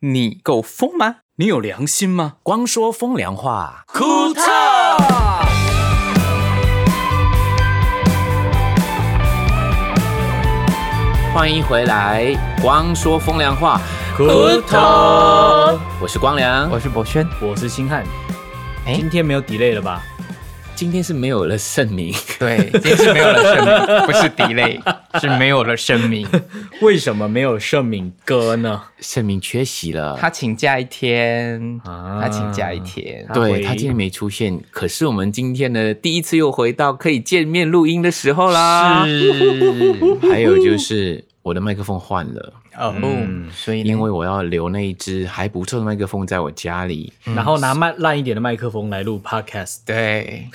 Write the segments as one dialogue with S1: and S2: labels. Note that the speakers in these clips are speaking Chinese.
S1: 你够疯吗？你有良心吗？
S2: 光说风凉话，
S1: 库特。
S2: 欢迎回来。光说风凉话，
S1: 库特，
S2: 我是光良。
S3: 我是博轩，
S4: 我是星汉。
S3: 哎
S4: 今天没有 delay 了吧？
S2: 今天是没有了盛名，
S3: 对，今天是没有了声明，不是 delay，是 没有了声明。
S4: 为什么没有盛敏哥呢？
S2: 盛名缺席了。
S3: 他请假一天，
S4: 啊
S3: 他请假一天，
S4: 他
S2: 对
S4: 回
S2: 他今天没出现，可是我们今天呢，第一次又回到可以见面录音的时候啦。
S3: 是
S2: 还有就是我的麦克风换了，
S3: 哦，
S2: 嗯
S3: 所以呢
S2: 因为我要留那一只还不错的麦克风在我家里。
S3: 嗯
S4: 然后拿慢烂一点的麦克风来录 podcast。
S3: 对，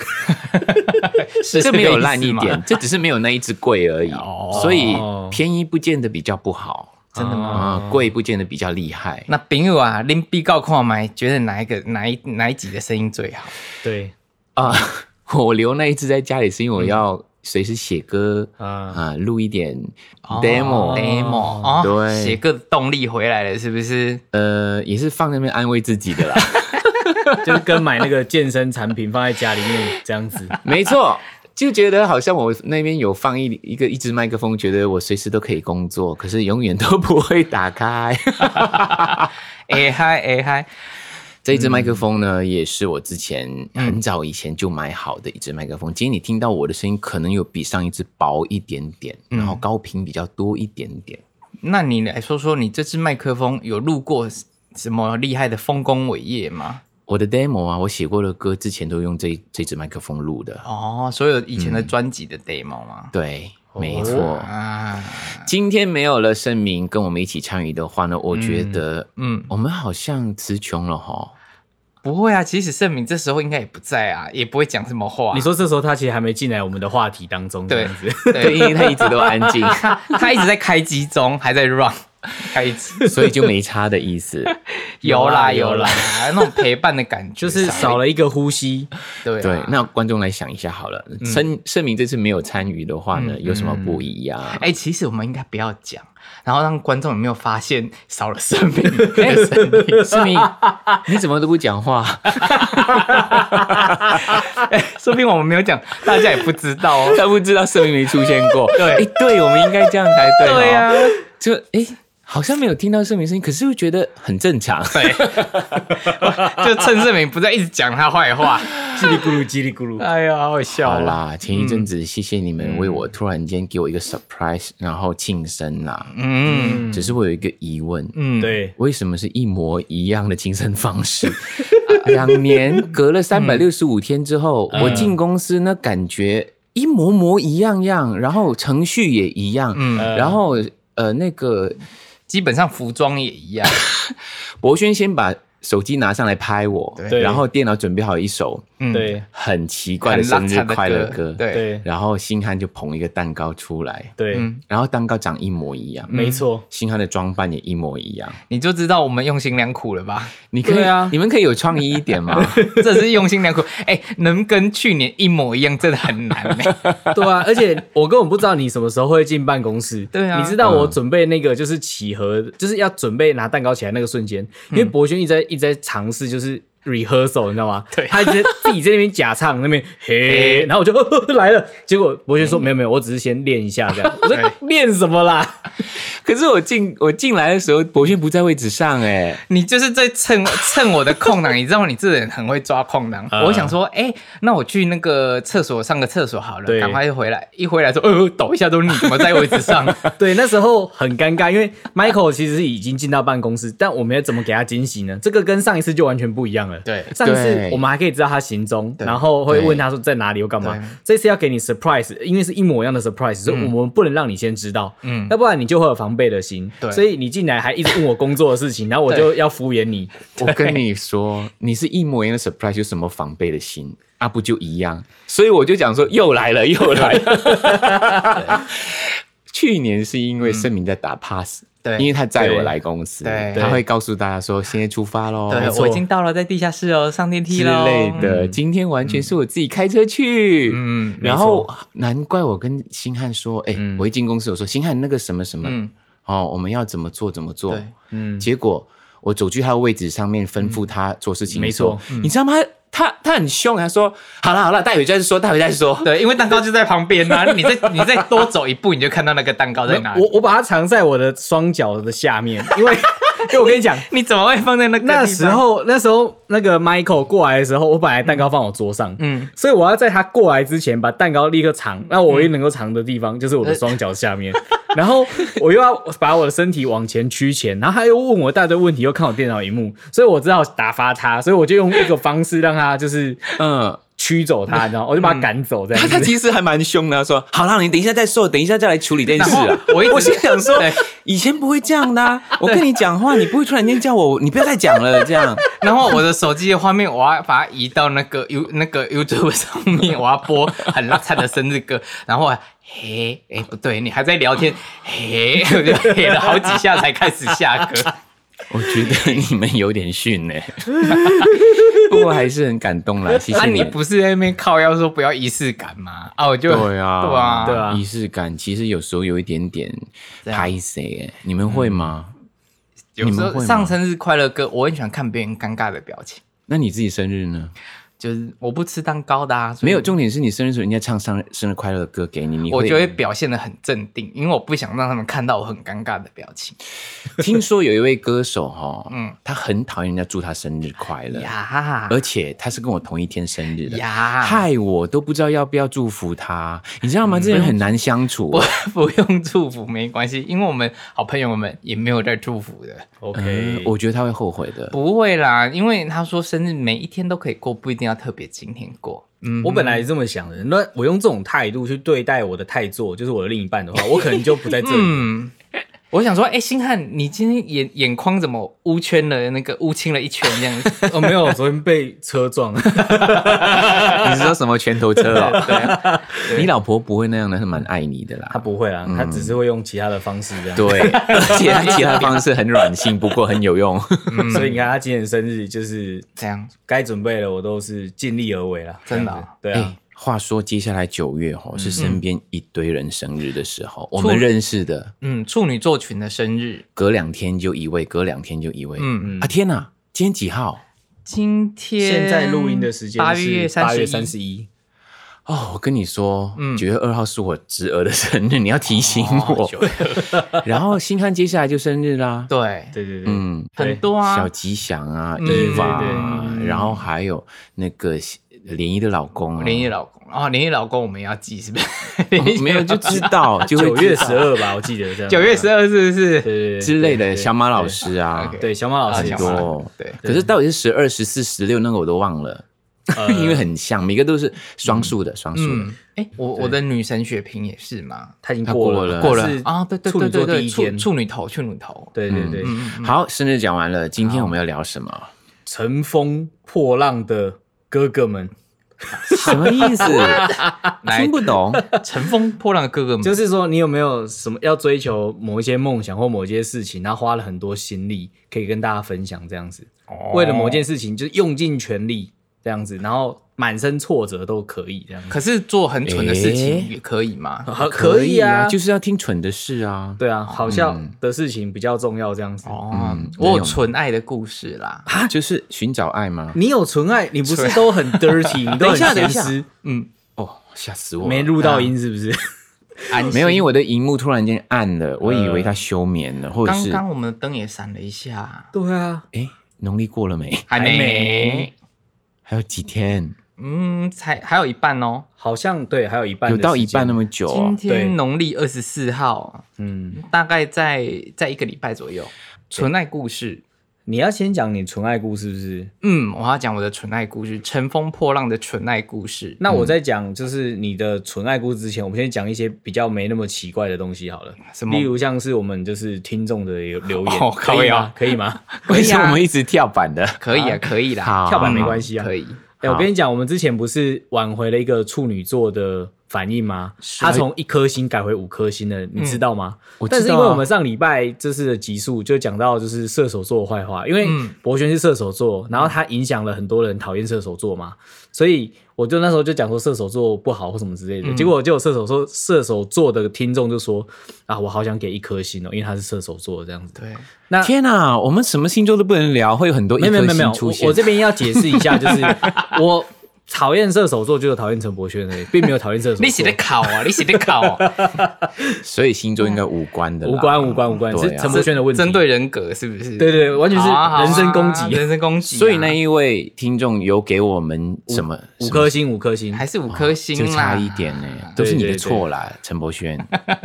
S3: 是
S2: 这没有烂一
S3: 个意思
S2: 点
S3: 吗，，
S2: 这只是没有那一只贵而已。
S4: 哦
S2: 所以便宜不见得比较不好
S3: 真的吗？
S2: 啊，贵不见得比较厉害。
S3: 那朋友啊，您比告看麦，觉得哪一个哪一哪一集的声音最好？
S4: 对，
S2: 啊， 我留那一只在家里是因为我要随时写歌
S4: 啊
S2: 啊，录一点 demo，
S3: demo 哦，
S2: 哦对
S3: 写个动力回来了，是不 是？
S2: 呃，也是放那边安慰自己的啦。
S4: 就是跟买那个健身产品放在家里面这样 子。
S2: 没错，就觉得好像我那边有放一一个一支麦克风，觉得我随时都可以工作，可是永远都 不会打开。
S3: 哎嗨哎嗨，
S2: 这一支麦克风呢，也是我之前很早以前就买好的一支麦克风。今天你听到我的声音，可能有比上一支薄一点点，然后高频比较多一点点。
S3: 那你来说说，你这支麦克风有录过什么厉害的丰功伟业吗？
S2: 我的 demo 啊，我写过的歌之前都用这这支麦克风录的。
S3: 哦，所有以前的专辑的 demo 吗？
S2: 对，没错。
S3: 啊，
S2: 今天没有了声明，跟我们一起参与的话呢，我觉得
S3: 嗯，
S2: 我们好像词穷了哈。
S3: 不会啊，其实盛敏这时候应该也不在啊，也不会讲什么话。
S4: 你说这时候他其实还没进来我们的话题当中，这
S3: 对
S4: 样子。
S2: 对，
S3: 对，
S2: 因为他一直都安静，
S3: 他他一直在开机中，还在 run 开机，
S2: 所以就没差的意思。
S3: 有啦有
S4: 有
S3: 啦
S4: 啦，
S3: 那种陪伴的感觉，
S4: 就是少了一个呼吸，
S3: 对啊
S2: 对，那观众来想一下好了，声声明这次没有参与的话呢，有什么不一样？
S3: 哎、其实我们应该不要讲，然后让观众有没有发现少了生命？没有生命
S2: 声明，你怎么都不讲话？
S3: 说不定我们没有讲，大家也不知道哦。
S2: 他不知道声明没出现过。
S3: 对
S2: 哎，对，我们应该这样才 对。哦
S3: 对啊，
S2: 就哎，好像没有听到声明声音，可是又觉得很正常。对，
S3: 就趁盛明不在一直讲他坏话。
S4: 叽里咕噜，叽里咕噜。
S3: 哎呀，好好笑
S2: 好
S3: 啊！
S2: 啦，前一阵子谢谢你们为我突然间给我一个 surprise，然后庆生啦。
S3: 嗯
S2: 只是我有一个疑问，
S3: 嗯，
S4: 对，
S2: 为什么是一模一样的庆生方 式？啊两年隔
S3: 嗯
S2: 了三百六十五天之后，我进公司呢，感觉一模模一样样，然后程序也一样，
S3: 嗯
S2: 然后呃，那个
S3: 基本上服装也一样。
S2: 博轩先把手机拿上来拍我，
S3: 对
S2: 然后电脑准备好一首
S3: 嗯，
S4: 对
S2: 很奇怪
S3: 很
S2: 的
S3: 拉
S2: 生日
S3: 遢的
S2: 快乐歌，
S3: 歌，，对，
S4: 对
S2: 然后星汉就捧一个蛋糕出来，
S4: 对，
S3: 嗯，
S2: 然后蛋糕长一模一样，
S4: 没错。
S2: 星汉的装扮也一模一样。
S3: 你就知道我们用心良苦了吧？
S2: 你可以，
S3: 对啊
S2: 你们可以有创意一点吗？
S3: 这是用心良苦。哎、能跟去年一模一样，真的很难、欸。
S4: 对啊，而且我根本不知道你什么时候会进办公室。
S3: 对啊
S4: 你知道我准备那个就是起盒，就是要准备拿蛋糕起来那个瞬间，因
S3: 嗯
S4: 为博轩一直在一直在尝试就是 rehearsal，你知道 吗？对，他一直在自己在那边假唱那边嘿，然后我就 呵呵呵来了，结果博轩说
S3: 嗯
S4: 没有没有，我只是先练一下这 样。我说练什么啦？
S2: 可是我进我进来的时候，博轩不在位置上哎、
S3: 你就是在趁趁我的空档，你知道你这人很会抓空档。我想说，哎、那我去那个厕所上个厕所好了，
S4: 对
S3: 赶快就回来。一回来说，呃，抖一下都是你怎么在位置上？
S4: 对，那时候很尴尬，因为 Michael 其实已经进到办公室，但我们要怎么给他惊喜呢？这个跟上一次就完全不一样了。
S3: 对
S4: 上一次
S2: 对
S4: 我们还可以知道他行踪，
S3: 对
S4: 然后会问他说在哪里又干嘛
S3: 对。
S4: 这次要给你 surprise，因为是一模一样的 surprise，所以我们不能让你先知道，
S3: 嗯
S4: 嗯，要不然你就会有防备的心。
S3: 对
S4: 所以你进来还一直问我工作的事情，然后我就要敷衍你。
S2: 我跟你说，你是一模一样的 surprise，有什么防备的心啊？不就一样？所以我就讲说，又来了，又来了。 去年是因为盛明在打 pass，、
S3: 嗯对
S2: 因为他载我来公司，
S3: 对
S2: 他会告诉大家说现在出发喽，
S3: 对，
S4: 没错
S3: 我已经到了，在地下室哦，上电梯
S2: 之
S3: 喽
S2: 类。的。今天完全是我自己开车去，
S3: 嗯，
S2: 然后难怪我跟星汉说，哎、我一进公司我说星汉那个什么什么，
S3: 嗯
S2: 哦，我们要怎么做怎么做
S3: 对，
S2: 嗯，结果我走去他的位置上面吩咐他做事情的时
S3: 嗯
S2: 候。
S4: 没
S2: 你知道吗？他他他很凶，他说：“好了好了，待会再说，待会再说。”
S3: 对，因为蛋糕就在旁边啊，你再你再多走一步，你就看到那个蛋糕在哪里。
S4: 我我把它藏在我的双脚的下面，因为 因为我跟你讲，
S3: 你怎么会放在那个
S4: 那
S3: 地
S4: 时
S3: 方？
S4: 候那时候那个 Michael 过来的时候，我本来蛋糕放我桌上，嗯，所以我要在他过来之前把蛋糕立刻藏，那我唯一能够藏的地方就是我的双脚下面，然后我又要把我的身体往前屈前，然后他又问我一大堆问题，又看我电脑荧幕，所以我只好打发他，所以我就用一个方式让他就是
S2: 嗯，
S4: 驱走他，你知道吗，我就把他赶走这样
S2: 他
S4: 子
S2: 他。其实还蛮凶的，他说：“好了，你等一下再说，等一下再来处理这件事 啊。”
S3: 我一直
S2: 我心想说
S3: 对，
S2: 以前不会这样的啊、我跟你讲话，你不会突然间叫我，你不要再讲了，这样。
S3: 然后我的手机的画面，我要把它移到那个 U 那个 YouTube 上面，我要播很拉惨的生日歌，然后我嘿，哎、不对，你还在聊天，嘿，我就嘿了好几下才开始下 歌。
S2: 我觉得你们有点逊 呢、不过还是很感动啦，谢
S3: 那
S2: 谢
S3: 你
S2: 你。
S3: 不是在那边靠腰说不要仪式感吗？啊，我就
S2: 对啊，
S3: 对啊，
S4: 对啊
S2: 仪式感其实有时候有一点点
S3: 这样
S2: 拍谁，你们会吗？
S3: 有时
S2: 你们会
S3: 候
S2: 吗
S3: 上生日快乐歌，我很喜欢看别人尴尬的表情，
S2: 那你自己生日呢？
S3: 就是我不吃蛋糕的啊，所以
S2: 没有，重点是你生日时候人家唱生日生日快乐的歌给你，你
S3: 我 就会表现的很镇定，因为我不想让他们看到我很尴尬的表情
S2: 听说有一位歌手哈，嗯
S3: 嗯，
S2: 他很讨厌人家祝他生日快乐，
S3: 呀
S2: 而且他是跟我同一天生日的，
S3: 呀，
S2: 害我都不知道要不要祝福他，你知道吗？这人很难相处。
S3: 不 不用祝福没关系，因为我们好朋友们也没有在祝福的，
S2: 嗯
S4: OK，
S2: 我觉得他会后悔的。
S3: 不会啦，因为他说生日每一天都可以过，不一定要特别今天过。嗯，
S4: 我本来是这么想的，那我用这种态度去对待我的太座，就是我的另一半的话，我可能就不在这里。
S3: 嗯，我想说，哎、星汉，你今天眼眼眶怎么乌圈了？那个乌青了一圈这样子。
S4: 哦，没有，昨天被车撞了。
S2: 你是说什么拳头 车
S4: 啊
S2: 哦？你老婆不会那样的，她蛮爱你的
S4: 他
S2: 啦。
S4: 不会啦，他只是会用其他的方式这样。
S2: 嗯 对，而且她其他方式很软性，不过很有用。
S4: 所以你看他今年生日，就是
S3: 这样
S4: 该准备的我都是尽力而为啦。
S3: 真的
S4: 这样
S3: 啊
S4: 子对
S2: 哎、
S4: 啊，
S2: 话说接下来九月哦，是身边一堆人生日的时候，我
S3: 处
S2: 们认识的
S3: 嗯，处女座群的生日，
S2: 隔两天就一位，隔两天就一位。
S3: 嗯，
S2: 啊天哪，今天几号？
S3: 今天
S4: 现在录音的时间
S3: 八
S4: 是
S3: 月
S4: 八月
S3: 三
S4: 三
S3: 十
S4: 十
S3: 一，
S4: 一，
S2: 哦，我跟你说，九月二号是我侄儿的生日，你要提醒我。 然后星汉接下来就生日啦，
S3: 对，
S4: 对对对，
S2: 嗯，
S4: 对
S3: 很多啊
S2: 小，吉祥啊，
S3: 嗯
S2: 伊娃
S4: 对
S2: 啊，然后还有那个联谊的老公啊，
S3: 联谊老公，哦，联谊老公我们要记是不是？
S2: 哦没有就知道， 就会
S4: 九月
S2: 知道
S4: 十二吧，我记得这样。
S3: 九月十
S4: 二，
S3: 二是不是？
S4: 对对
S2: 之类的，小马老
S4: 师，
S2: 师啊
S3: OK，
S4: 对小马老
S3: 啊
S4: 师
S2: 很
S3: 小马老师
S2: 多。
S3: 对
S2: 可是到底是十二、十四、十六那个我都忘了，
S4: 呃
S2: 因为很像，每个都是双数的，双数的
S3: 嗯。，哎，我我的女神血瓶也是嘛，
S4: 他已经
S2: 他
S4: 过
S2: 过了
S3: 过
S4: 过
S3: 了
S4: 啊，
S3: 啊，对对
S4: 处
S3: 对
S4: 女
S3: 对
S4: 座第
S3: 对，
S4: 一
S3: 处
S4: 天
S3: 处女头，处女头，嗯
S4: 对对
S2: 嗯
S4: 对，
S2: 好，生日讲完了，今天我们要聊什么？
S4: 啊乘风破浪的哥哥们，
S2: 什么意 思？
S3: 来
S2: 听不懂。
S3: 嗯乘风破浪的哥
S2: 嗯
S3: 哥们，
S4: 就是说，你有没有什么要追求某一些梦想或某一些事情，然后花了很多心力，可以跟大家分享这样子？
S3: 哦
S4: 为了某件事情，就是用尽全力这样子，然后满身挫折都可以这样子。
S3: 可是做很蠢的事情
S2: 诶
S3: 也可以吗？
S4: 好
S2: 可以啊，
S4: 就
S2: 就是要听蠢的事啊。
S4: 对啊，好笑的事情比较重要这样子。
S3: 哦
S2: 嗯，
S3: 我有纯爱的故事啦。
S2: 就是寻找爱吗？
S4: 你有纯爱，你不是都 很 dirty，你都很
S2: 啊等一
S4: 自
S2: 下
S4: 私，
S3: 嗯，
S2: 哦，吓死我了！
S4: 没录到音是不是？
S3: 安
S2: 没有，因为我的荧幕突然间暗了，我以为它休眠了，或者
S3: 刚
S2: 是
S3: 刚我们的灯也闪了一下，
S4: 对啊，
S2: 哎，农历过了没？
S3: 还
S4: 没
S3: 没。
S2: 还有几天？
S3: 嗯，才还有一半哦。
S4: 好像对，还有一半
S2: 有
S4: 的
S2: 到一
S4: 时间
S2: 半那么久哦
S3: 今
S4: 对
S3: 天农历二十四号，
S4: 嗯，
S3: 大概在在一个礼拜左右。纯爱故事，
S4: 你要先讲你纯爱故事是不是？
S3: 嗯，我要讲我的纯爱故事，乘风破浪的纯爱故事。
S4: 那我在讲就是你的纯爱故事之前，我们先讲一些比较没那么奇怪的东西好了，
S3: 什么
S4: 例如像是我们就是听众的 留留言，
S3: 哦
S4: 可以吗？可以吗？
S2: 为什么我们一直跳板的？
S3: 可 以啊，可以啦，
S2: 好
S4: 跳板没关系啊
S3: 可以。
S4: 哎、我跟你讲，我们之前不是挽回了一个处女座的反应吗？他从一颗星改回五颗星了，你知道吗？
S2: 嗯我
S4: 但是
S2: 知道
S4: 因
S2: 啊
S4: 为我们上礼拜这次的集数就讲到就是射手座的坏话，因为
S3: 嗯
S4: 博轩是射手座，然后他影响了很多人讨厌射手座嘛，所以我就那时候就讲说射手座不好或什么之类
S2: 嗯
S4: 的，结果就有射手座射手座的听众就说啊，我好想给一颗星哦，因为他是射手座这样子。
S3: 对，
S4: 那
S2: 天哪、我们什么星座都不能聊，会有很多一
S4: 没有没有没
S2: 颗
S4: 有没有
S2: 星，出
S4: 我
S2: 现。
S4: 我这边要解释一下， 就是我讨厌射手座，就是讨厌陈柏轩而已，并没有讨厌射手座。
S3: 你写的考啊， 你写的 考啊，
S2: 所以星座应该无关的啦，
S4: 无关无关无关，是
S2: 对啊
S4: 陈柏轩的问题。
S3: 针对人格是不是？
S4: 对对，完全是
S3: 好啊，好啊
S4: 人身攻击。
S3: 人身攻击啊。
S2: 所以那一位听众有给我们什么
S4: 五
S2: 什么
S4: 颗星，五颗星。
S3: 还是五颗
S2: 就
S3: 星啊
S2: 差
S3: 啦，
S2: 一点呢，
S4: 对
S2: 都是你
S4: 对
S2: 的
S4: 对
S2: 错啦，陈柏轩。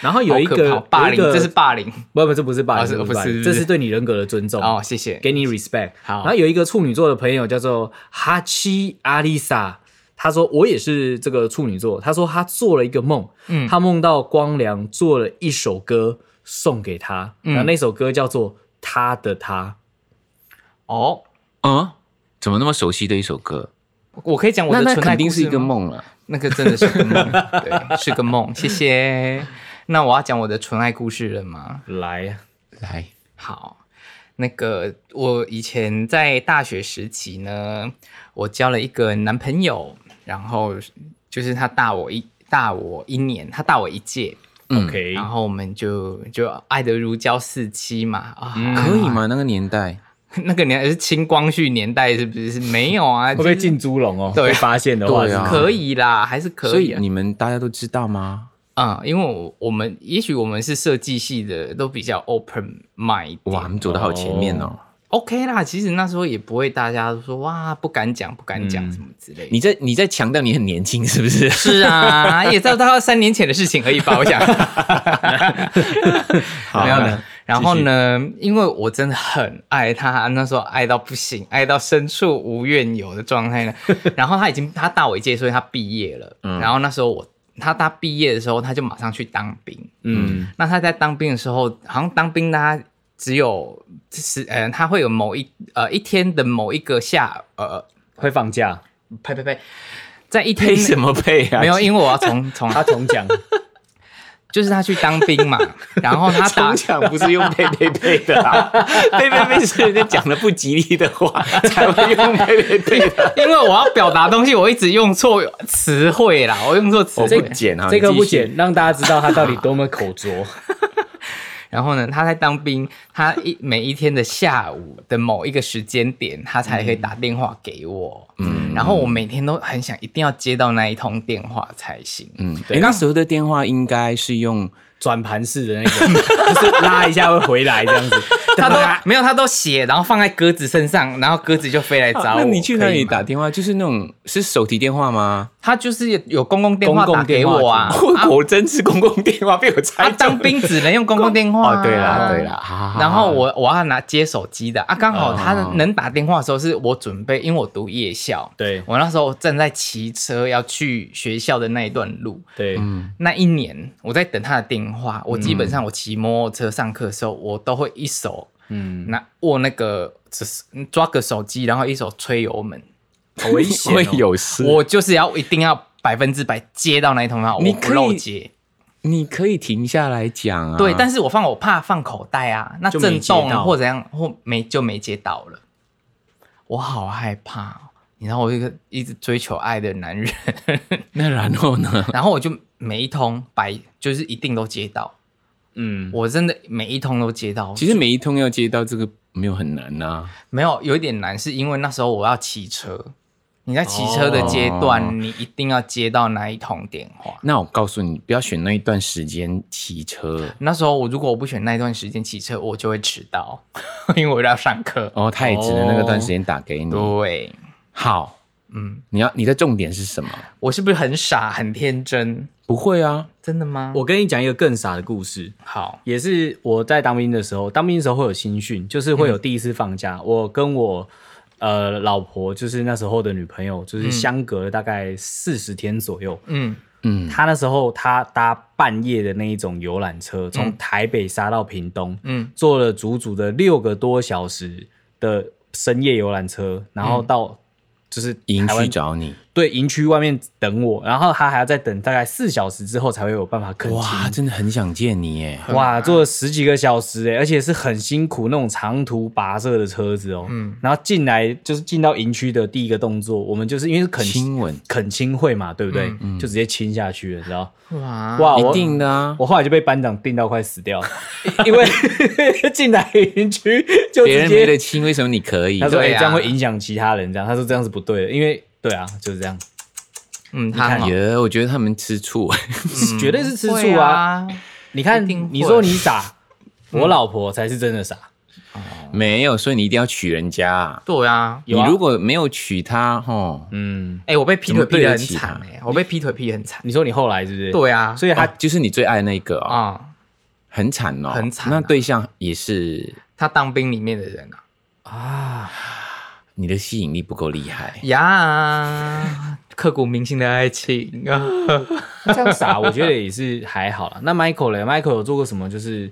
S4: 然后有
S3: 好
S4: 一
S3: 可
S4: 个
S3: 怕霸
S4: 有一
S3: 凌，
S4: 个
S3: 这是霸凌
S4: 不不，这不是霸
S3: 哦
S4: 凌，
S3: 是
S4: 这不
S3: 不
S4: 霸
S3: 是
S4: 凌
S3: 是
S4: 这
S3: 不是
S4: 是对你人格的尊重
S3: 哦，谢谢。
S4: 给你 respect。
S3: 好
S4: 然后有一个处女座的朋友叫做哈奇阿丽莎，她说我也是这个处女座，她说她做了一个梦，
S3: 嗯
S4: 她梦到光良做了一首歌送给她，
S3: 嗯
S4: 然后那首歌叫做《他的他
S3: 哦，
S2: 嗯，怎么那么熟悉的一首歌？
S3: 我可以讲我
S2: 那
S3: 的
S2: 那
S3: 纯爱
S2: 肯定
S3: 故
S2: 是
S3: 事
S2: 一个
S3: 吗，
S2: 梦了。
S3: 那个真的是个梦，对，是个梦。谢谢。那我要讲我的纯爱故事了吗？》
S4: 来。
S2: 来，
S3: 好，那个我以前在大学时期呢，我交了一个男朋友，然后就是他大我一大我一年，他大我一届，
S2: 嗯，
S4: OK，
S3: 然后我们就就爱得如胶似漆嘛啊，
S2: 可以吗？那个年代，
S3: 那个年代是清光绪年代是不是？是没有啊，
S4: 会不会进猪笼哦？
S3: 对
S4: 被发现的话
S2: 对啊
S3: 可以啦，还是可
S2: 所
S3: 以
S2: 以
S3: 啊。
S2: 你们大家都知道吗？
S3: 嗯，因为我我们也许我们是设计系的，都比较 open mind 一点
S2: 哇，你们走的好前面哦。
S3: OK 啦，其实那时候也不会大家都说哇不敢讲不敢讲
S4: 嗯
S3: 什么之类的。
S2: 你在你在强调你很年轻是不 是？
S3: 是啊， 也到大概三年前的事情而已吧，我想。没有的。然后呢，因为我真的很爱他，那时候爱到不行，爱到深处无怨尤的状态呢。然后他已经他大我一届，所以他毕业了。然后那时候我他大毕业的时候，他就马上去当兵。
S4: 嗯，
S3: 那他在当兵的时候，好像当兵大家只有是呃，他会有某一呃一天的某一个下呃，
S4: 会放假，
S3: 呸呸呸，在一天
S2: 配什么配啊？
S3: 没 有，因为我要从从
S4: 他重讲，
S3: 就是他去当 兵嘛，然后他打
S2: 通常不是用呸呸呸的啦， 呸呸呸是人家讲了不吉利的话才会用呸 呸呸的。
S3: 因为我要表达东西，我一直用错词汇啦，我用错词
S2: 我不
S3: 汇。
S2: 剪啊，
S4: 这个
S2: 你继
S4: 不
S2: 续。
S4: 剪，让大家知道他到底多么口 拙。
S3: 然后呢，他在当兵，他一每一天的下午的某一个时间点，他才可以打电话给我。嗯，然后我每天都很想一定要接到那一通电话才行。
S2: 嗯，你那时候的电话应该是用
S4: 转盘式的那个，就是拉一下会回来这样 子。
S3: 他都
S2: 啊
S3: 没有，他都写，然后放在鸽子身上，然后鸽子就飞来找我。
S2: 哦啊那你去哪
S3: 可以
S2: 里
S3: 吗？
S2: 打电话？就是那种是手提电话 吗？
S3: 他就是有公共电话
S4: 公
S3: 打
S4: 共
S3: 给
S4: 电话
S3: 我啊。
S2: 果真是公共电话被我 嗯猜
S3: 他
S4: 啊
S3: 当兵只能用公共电话啊、
S2: 哦，对啦 对啦，好好好
S3: 然后我我要拿接手机的啊，刚好他能打电话的时候是我准备，因为我读夜校，
S4: 对
S3: 我那时候正在骑车要去学校的那一段路。
S4: 对，
S3: 那一年我在等他的电话，我基本
S2: 嗯
S3: 上我骑摩托车上课的时候，我都会一手
S4: 嗯，
S3: 拿握那个只是抓个手机，然后一手吹油门，
S4: 好危险哦
S2: 会有事。
S3: 我就是要一定要百分之百接到那一通电话，
S2: 你
S3: 我不
S2: 可以
S3: 漏接。
S2: 你可以停下来讲啊。
S3: 对，但是我放我怕放口袋啊，那
S4: 就没
S3: 震动
S4: 接
S3: 啊
S4: 到
S3: 或怎样或没就没接到了，我好害怕、哦。你知道我一个一直追求爱的男人，
S2: 那然后呢？
S3: 然后我就每一通白就是一定都接到，
S4: 嗯，
S3: 我真的每一通都接到。
S2: 其实每一通要接到这个没有很难呐、啊
S3: 没有有一点难，是因为那时候我要骑车，你在骑车的阶段，
S2: 哦
S3: 你一定要接到那一通电话。
S2: 那我告诉你，不要选那一段时间骑车
S3: 那时候我如果我不选那一段时间骑车，我就会迟到， 因为我要上课。
S2: 哦，他也只能那个段时间打给你。
S4: 哦
S3: 对，
S2: 好，
S3: 嗯，
S2: 你要你的重点是什么？
S3: 我是不是很傻很天真？
S2: 不会啊，
S3: 真的吗？
S4: 我跟你讲一个更傻的故事，
S3: 好，
S4: 也是我在当兵的时候，当兵的时候会有新训，就是会有第一次放假。我跟我呃老婆，就是那时候的女朋友，就是相隔了大概四十天左右。
S3: 嗯，
S2: 嗯，
S4: 她那时候她搭半夜的那一种游览车，从
S3: 嗯
S4: 台北杀到屏东，
S3: 嗯，
S4: 坐了足足的六个多小时的深夜游览车，然后到就是
S2: 营
S4: 台
S2: 区
S4: 湾
S2: 找你，
S4: 对营区外面等我，然后他还要再等大概四小时之后才会有办法恳
S2: 哇，
S4: 亲。
S2: 真的很想见你耶！
S4: 哇，坐了十几个小时哎，而且是很辛苦那种长途跋涉的车子哦。嗯，然后进来就是进到营区的第一个动作，我们就是因为是恳
S2: 亲吻
S4: 恳亲会嘛，对不对？就直接亲下去了，你知道？
S3: 哇，
S4: 哇，我
S2: 一定的啊，
S4: 我后来就被班长定到快死掉，因为进来营区就
S2: 别
S4: 直
S2: 人没得
S4: 接
S2: 亲，为什么你可以
S4: 他？说、
S3: 对
S4: 哎
S3: 啊
S4: 这样会影响其他人，这样他说这样是不对的，因为对啊就是这样，
S3: 嗯，他好
S2: 耶，哎我觉得他们吃醋，
S4: 哦绝对是吃
S3: 会
S4: 醋啊！
S3: 啊，
S4: 你看
S3: 一定会
S4: 你说你傻，我老婆才是真的傻，
S2: 没有，所以你一定要娶人家啊。
S3: 对啊，
S2: 你
S4: 有啊
S2: 如果没有娶她，吼，
S4: 嗯，
S3: 哎，我被劈腿
S2: 怎么
S3: 劈
S2: 对
S3: 得
S2: 得
S3: 很
S2: 起
S3: 惨
S2: 他
S3: 哎，我被劈腿劈得很惨，
S4: 你说你后来是不是？、
S3: 对啊，
S4: 所以他、
S2: 啊就是你最爱那个哦，
S3: 啊，
S2: 很惨哦，
S3: 很惨啊
S2: 那对象也是
S3: 他当兵里面的人啊，
S4: 啊，
S2: 你的吸引力不够厉害，
S3: 呀，刻骨铭心的爱情啊，
S4: 他这样傻，我觉得也是还好啦。那 Michael 嘞，Michael 有做过什么就是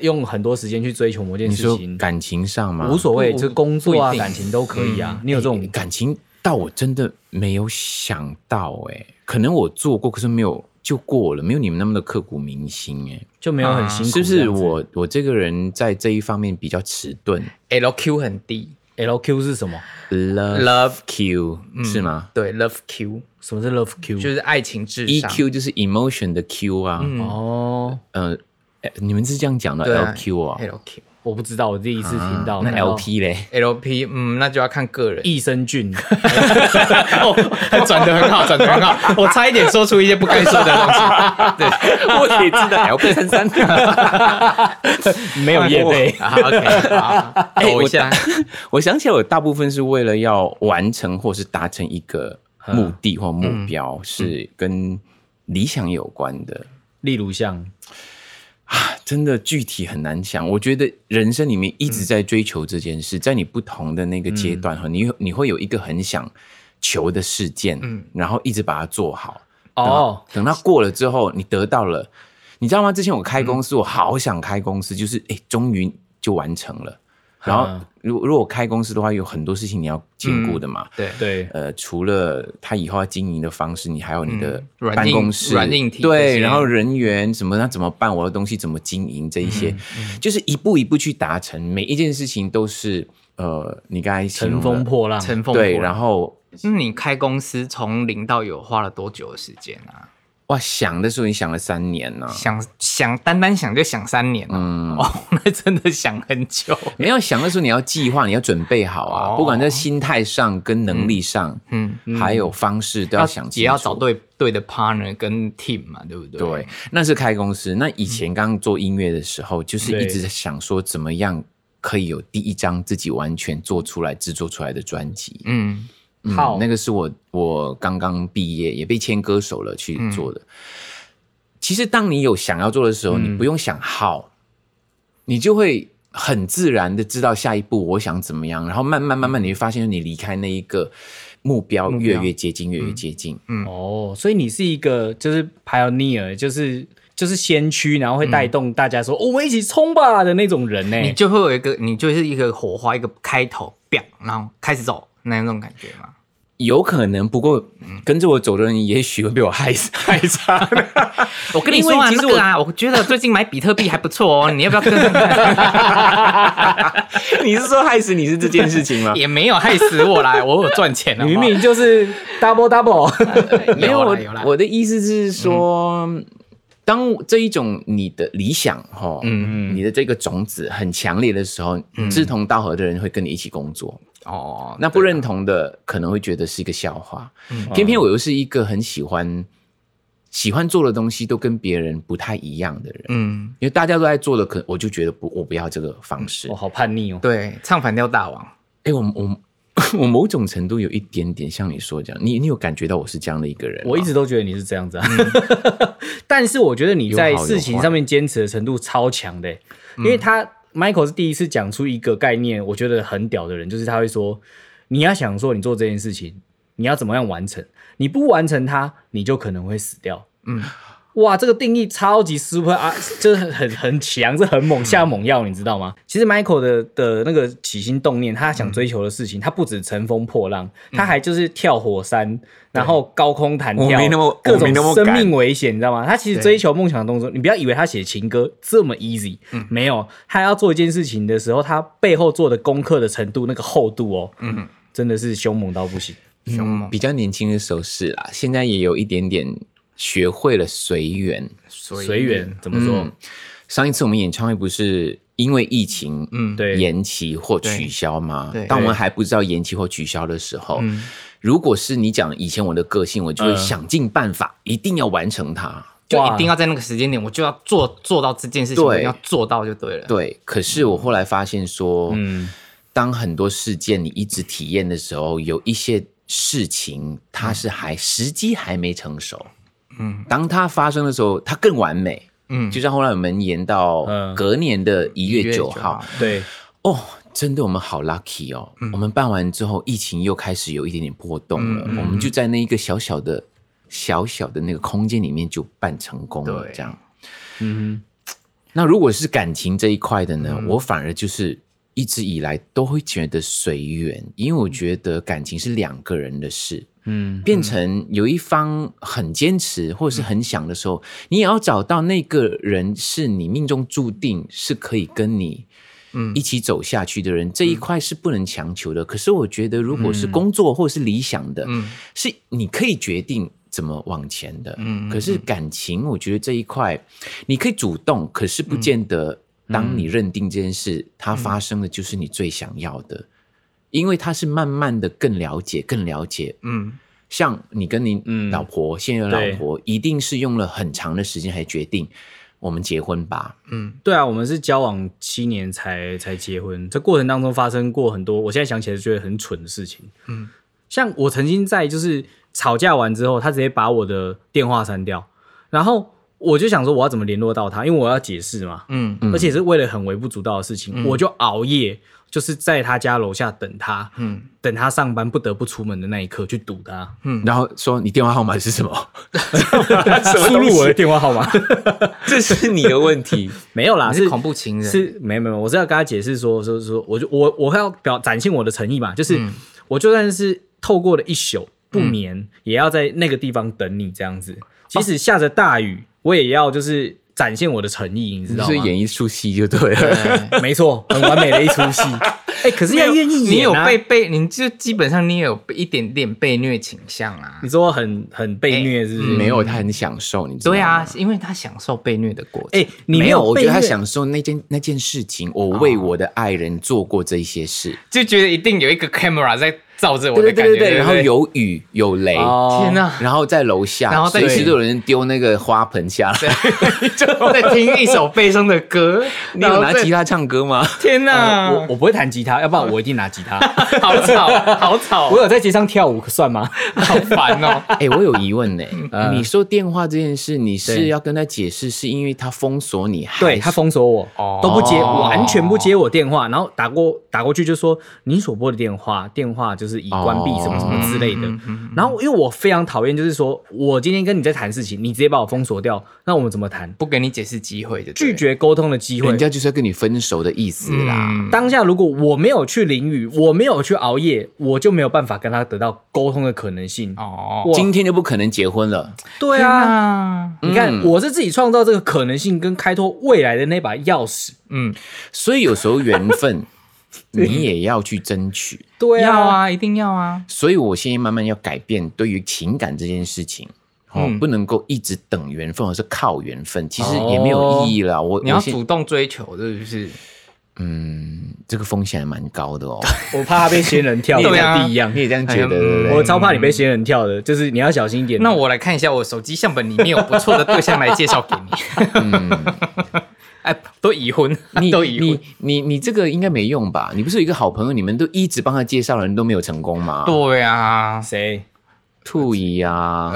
S4: 用很多时间去追求某件
S2: 你
S4: 事
S2: 说
S4: 情？
S2: 感情上吗？
S4: 无所谓，
S3: 不
S4: 就是工作
S3: 不
S4: 啊、
S3: 一定嗯
S4: 感情都可以啊。你有这种
S2: 感情到我真的没有想到哎、可能我做过，可是没有就过了，没有你们那么的刻骨铭心哎、
S4: 就没有
S3: 啊
S4: 很辛苦嗯这
S2: 是不
S4: 样子？
S2: 是我我这个人在这一方面比较迟钝
S3: LQ 很低，
S4: L Q 是什么？
S2: ？Love
S3: Love
S2: Q、是
S4: 嗯
S2: 吗
S3: 对，Love Q
S4: 什么是 Love Q？
S3: 就是爱情至上
S2: ？EQ E 就是 emotion 的 Q 啊，
S3: 嗯
S4: 哦，
S2: 呃，哎你们是这样讲的
S3: 对啊
S2: LQ 啊、
S3: LQ
S4: 我不知道，我第一次听到。
S2: 那
S4: 然后
S2: LP 嘞？
S3: LP，嗯，那就要看个人。
S4: 益生菌，
S3: 哦，转的很好，转的很好，我差一点说出一些不该说的东 西。
S2: 我也知道 LP 三三。
S4: 没有业费。
S3: 好，OK，好， 抖一下
S2: 我，我想起来，我大部分是为了要完成或是达成一个目的或目标，是跟理想有关的。
S4: 例如像
S2: 真的具体很难想。我觉得人生里面一直在追求这件事，在你不同的那个阶段哈，你你会有一个很想求的事件，
S3: 嗯
S2: 然后一直把它做好。
S4: 哦，
S2: 等到过了之后，你得到了，你知道吗？之前我开公司，我好想开公司，就是哎，终于就完成了。然后
S4: 嗯，
S2: 如如果开公司的话，有很多事情你要兼顾的嘛。
S3: 对，
S4: 对，
S2: 呃，除了他以后要经营的方式，你还有你的
S3: 嗯软
S2: 办
S3: 硬
S2: 公室、
S3: 软硬体这
S2: 对，
S3: 些
S2: 然后人员怎么那怎么办，我的东西怎么经营这一些，
S3: 嗯
S2: 就是一步一步去达成，每一件事情都是呃，你刚才形容
S4: 乘
S2: 的
S4: 风破浪，
S3: 乘风
S2: 对，然
S3: 后
S2: 后
S3: 那你开公司从零到有花了多久的时间啊？
S2: 哇，想的时候你想了三年呢、
S3: 想想单单想就想三年哦，
S2: 嗯，
S3: 哦，那真的想很久。
S2: 没有想的时候你要计划，你要准备好啊，
S3: 哦
S2: 不管在心态上跟能力上，
S3: 嗯，
S2: 还有方式都要想清楚，
S3: 也要找对对的 partner 跟 team 嘛，对不对？
S2: 对，，那是开公司。那以前刚做音乐的时候，就是
S4: 对
S2: 一直在想说怎么样可以有第一张自己完全做出来、制作出来的专辑。
S3: 嗯，
S2: 嗯
S4: 好
S2: 那个是我我刚刚毕业也被签歌手了去做的。其实当你有想要做的时候，你不用想 how，你就会很自然的知道下一步我想怎么样，然后慢慢慢慢你会发现，你离开那一个目标越来越接近，越来越接近。
S4: 哦，所以你是一个就是 pioneer，就是就是先驱，然后会带动大家说、哦我们一起冲吧的那种人呢。
S3: 你就会有一个，你就是一个火花，一个开头，砰，然后开始走那种感觉嘛。
S2: 有可能，不过
S3: 嗯
S2: 跟着我走的人也许会被我害 死害惨。
S3: 我跟你说啊，
S2: 因为其
S3: 那
S2: 实
S3: 个啊，我觉得最近买比特币还不错 哦，你要不要跟上看？
S2: 你是说害死你是这件事情吗？
S3: 也没有害死我啦，我有赚钱了。
S4: 你 明明就是 double double，
S3: 没有
S2: 我
S3: 啦有啦，嗯
S2: 我的意思是说，当这一种你的理想哈，嗯，你的这个种子很强烈的时候，
S3: 嗯
S2: 志同道合的人会跟你一起工作，
S3: 哦，
S2: 那不认同的可能会觉得是一个笑话。
S3: 嗯
S2: 偏偏我又是一个很喜欢喜欢做的东西都跟别人不太一样的人，
S3: 嗯，
S2: 因为大家都在做的，可我就觉得不，我不要这个方式
S4: 我、。好叛逆哦。
S3: 对，唱反调大王，
S2: 哎、我我我某种程度有一点点像你说这样，你你有感觉到我是这样的一个人吗？
S4: 我一直都觉得你是这样子、啊， 但是我觉得你在事情上面坚持的程度超强的、欸因为他 Michael 是第一次讲出一个概念，我觉得很屌的人，就是他会说，你要想说你做这件事情，你要怎么样完成，你不完成它，你就可能会死掉。嗯，哇，这个定义超级 super 啊，就是很很很强，是很猛下猛药，你知道吗？嗯嗯其实 Michael 的的那个起心动念，他想追求的事情，他不止乘风破浪，他还就是跳火山，然后高空弹
S5: 我
S4: 跳
S5: 没那么，
S4: 各
S5: 我没
S4: 种
S5: 那么
S4: 生
S5: 敢
S4: 命危险，你知道吗？他其实追求梦想的动作，你不要以为他写情歌这么 easy，没有，他要做一件事情的时候，他背后做的功课的程度，那个厚度哦，嗯，真的是凶猛到不行。
S3: 凶猛
S2: 比较年轻的时候是啦，现在也有一点点学会了随缘。
S4: 随缘怎么说？
S2: 嗯，上一次我们演唱会不是因为疫情，嗯，
S4: 对
S2: 延期或取消吗
S3: 对对？
S2: 当我们还不知道延期或取消的时候，
S4: 嗯
S2: 如果是你讲以前我的个性，我就会想尽办法，一定要完成它。
S3: 就
S4: 哇
S3: 一定要在那个时间点，我就要做做到这件事
S2: 对
S3: 情，我一定要做到就对了。
S2: 对，可是我后来发现说，
S4: 嗯
S2: 嗯，当很多事件你一直体验的时候，有一些事情它是还时机还没成熟，嗯，当它发生的时候，它更完美。嗯，就像后来我们延到
S4: 嗯
S2: 隔年的一
S3: 1
S2: 月
S3: 月
S2: 九
S3: 9
S2: 号
S3: 号，
S4: 对，
S2: 哦，真的我们好 lucky 哦！我们办完之后，疫情又开始有一点点波动了，我们就在那一个小小的、小小的那个空间里面就办成功了，
S3: 对
S2: 这样。
S4: 嗯
S2: 那如果是感情这一块的呢，我反而就是一直以来都会觉得随缘，因为我觉得感情是两个人的事。嗯，变成有一方很坚持或者是很想的时候，你也要找到那个人是你命中注定是可以跟你嗯一起走下去的人，这一块是不能强求的。可是我觉得，如果是工作或是理想的，
S3: 嗯
S2: 是你可以决定怎么往前的。
S3: 嗯
S2: 可是感情，我觉得这一块你可以主动，可是不见得当你认定这件事、它发生的就是你最想要的，因为它是慢慢的更了解，更了解，
S3: 嗯，
S2: 像你跟你
S4: 嗯
S2: 老婆、现任老婆，一定是用了很长的时间才决定我们结婚吧？
S3: 嗯
S4: 对啊，我们是交往七年才才结婚，这过程当中发生过很多，我现在想起来就觉得很蠢的事情。嗯，像我曾经在就是吵架完之后，他直接把我的电话删掉，然后我就想说我要怎么联络到他，因为我要解释嘛。
S3: 嗯，
S4: 而且是为了很微不足道的事情，我就熬夜，就是在他家楼下等他，嗯，等他上班不得不出门的那一刻去堵 他，
S2: 然后说你电话号码是什么？
S4: 输入我的电话号 码。
S2: 这是你的问题。
S4: 没有啦，
S3: 你
S4: 是
S3: 是恐怖情人，
S4: 是没有没有，我是要跟他解释说说说，我就我我要表展现我的诚意嘛，就是、
S2: 嗯
S4: 我就算是透过了一宿不眠，也要在那个地方等你这样子，即使下着大雨，我也要就是展现我的诚意，你知
S2: 你
S4: 道
S2: 是
S4: 吗？
S2: 演一出戏就对 了。
S4: 没错，很完美的一出 戏。哎、可是要愿意演、啊，
S3: 你有被被，你就基本上你也有被一点点被虐倾向啊
S4: 你。说很很被虐是不是？
S2: 哎 没有，他很享受，你知道吗
S3: 对啊，，因为他享受被虐的过程。
S4: 哎、你
S2: 没有，我
S4: 被
S2: 觉得他
S4: 虐
S2: 享受那件那件事情，我为我的爱人做过这些事。
S3: 就觉得一定有一个 camera 在照着我的
S2: 对对
S3: 感
S2: 对
S3: 觉，
S2: 对对，然后
S3: 不
S2: 有雨有雷，
S4: 哦
S3: 天哪，
S2: 然后在楼下，
S3: 然后在
S2: 随时都有人丢那个花盆下来。
S3: 就在听一首悲伤的 歌，
S2: 你有拿
S3: 然后在
S2: 吉他唱 歌吗？
S3: 天哪，
S4: 啊我我不会弹吉他，要不然我一定拿吉 他。
S3: 好吵，好吵，
S4: 我有在街上跳舞，可算吗？
S3: 好烦哦。
S2: 哎、我有疑问呢、
S4: 嗯
S2: 你说电话这件事，你
S4: 对
S2: 是要跟他解释，是因为他封锁你，还
S4: 对哎
S2: 是
S4: 他封锁我，
S3: 哦
S4: 都不接，完全不接我电话，然后打过打过去就说您所拨的电话电话就是已关闭
S2: 哦
S4: 什么什么之类的。然后因为我非常讨厌，就是说我今天跟你在谈事情，你直接把我封锁掉，那我们怎么谈？
S3: 不给你解释机会就对了
S4: 拒。绝沟通的机会
S2: 人。家就是要跟你分手的意思啦。
S3: 嗯，
S4: 当下如果我没有去淋雨，我没有去熬夜，我就没有办法跟他得到沟通的可能性。
S3: 哦，
S4: 我
S2: 今天就不可能结婚了，
S4: 对
S3: 天
S4: 啊，
S3: 哪，嗯
S4: 你看我是自己创造这个可能性跟开拓未来的那把钥匙。
S3: 嗯，
S2: 所以有时候缘分你也要去争取。
S4: 对
S3: 要
S4: 啊，
S3: 啊，一定要啊。
S2: 所以我现在慢慢要改变对于情感这件事情，哦，不能够一直等缘分，而是靠缘分，其实也没有意义啦。我
S3: 你要
S2: 我现
S3: 主动追求，是不是？
S2: 嗯，这个风险还蛮高的哦。
S4: 我怕他被仙人跳，
S3: 对啊
S4: 像地一样
S2: 你。也这样觉得
S3: 哎 呀
S2: 对不对？
S4: 我超怕你被仙人跳的，就是你要小心一点。
S3: 那我来看一下我手机相本里面有不错的对象来介绍给你。 哎，都已婚
S2: 你，
S3: 都已婚
S2: 你。你你这个应该没用吧？你不是有一个好朋友，你们都一直帮他介绍人都没有成功吗？
S3: 对啊，
S4: 谁？
S2: 兔姨啊，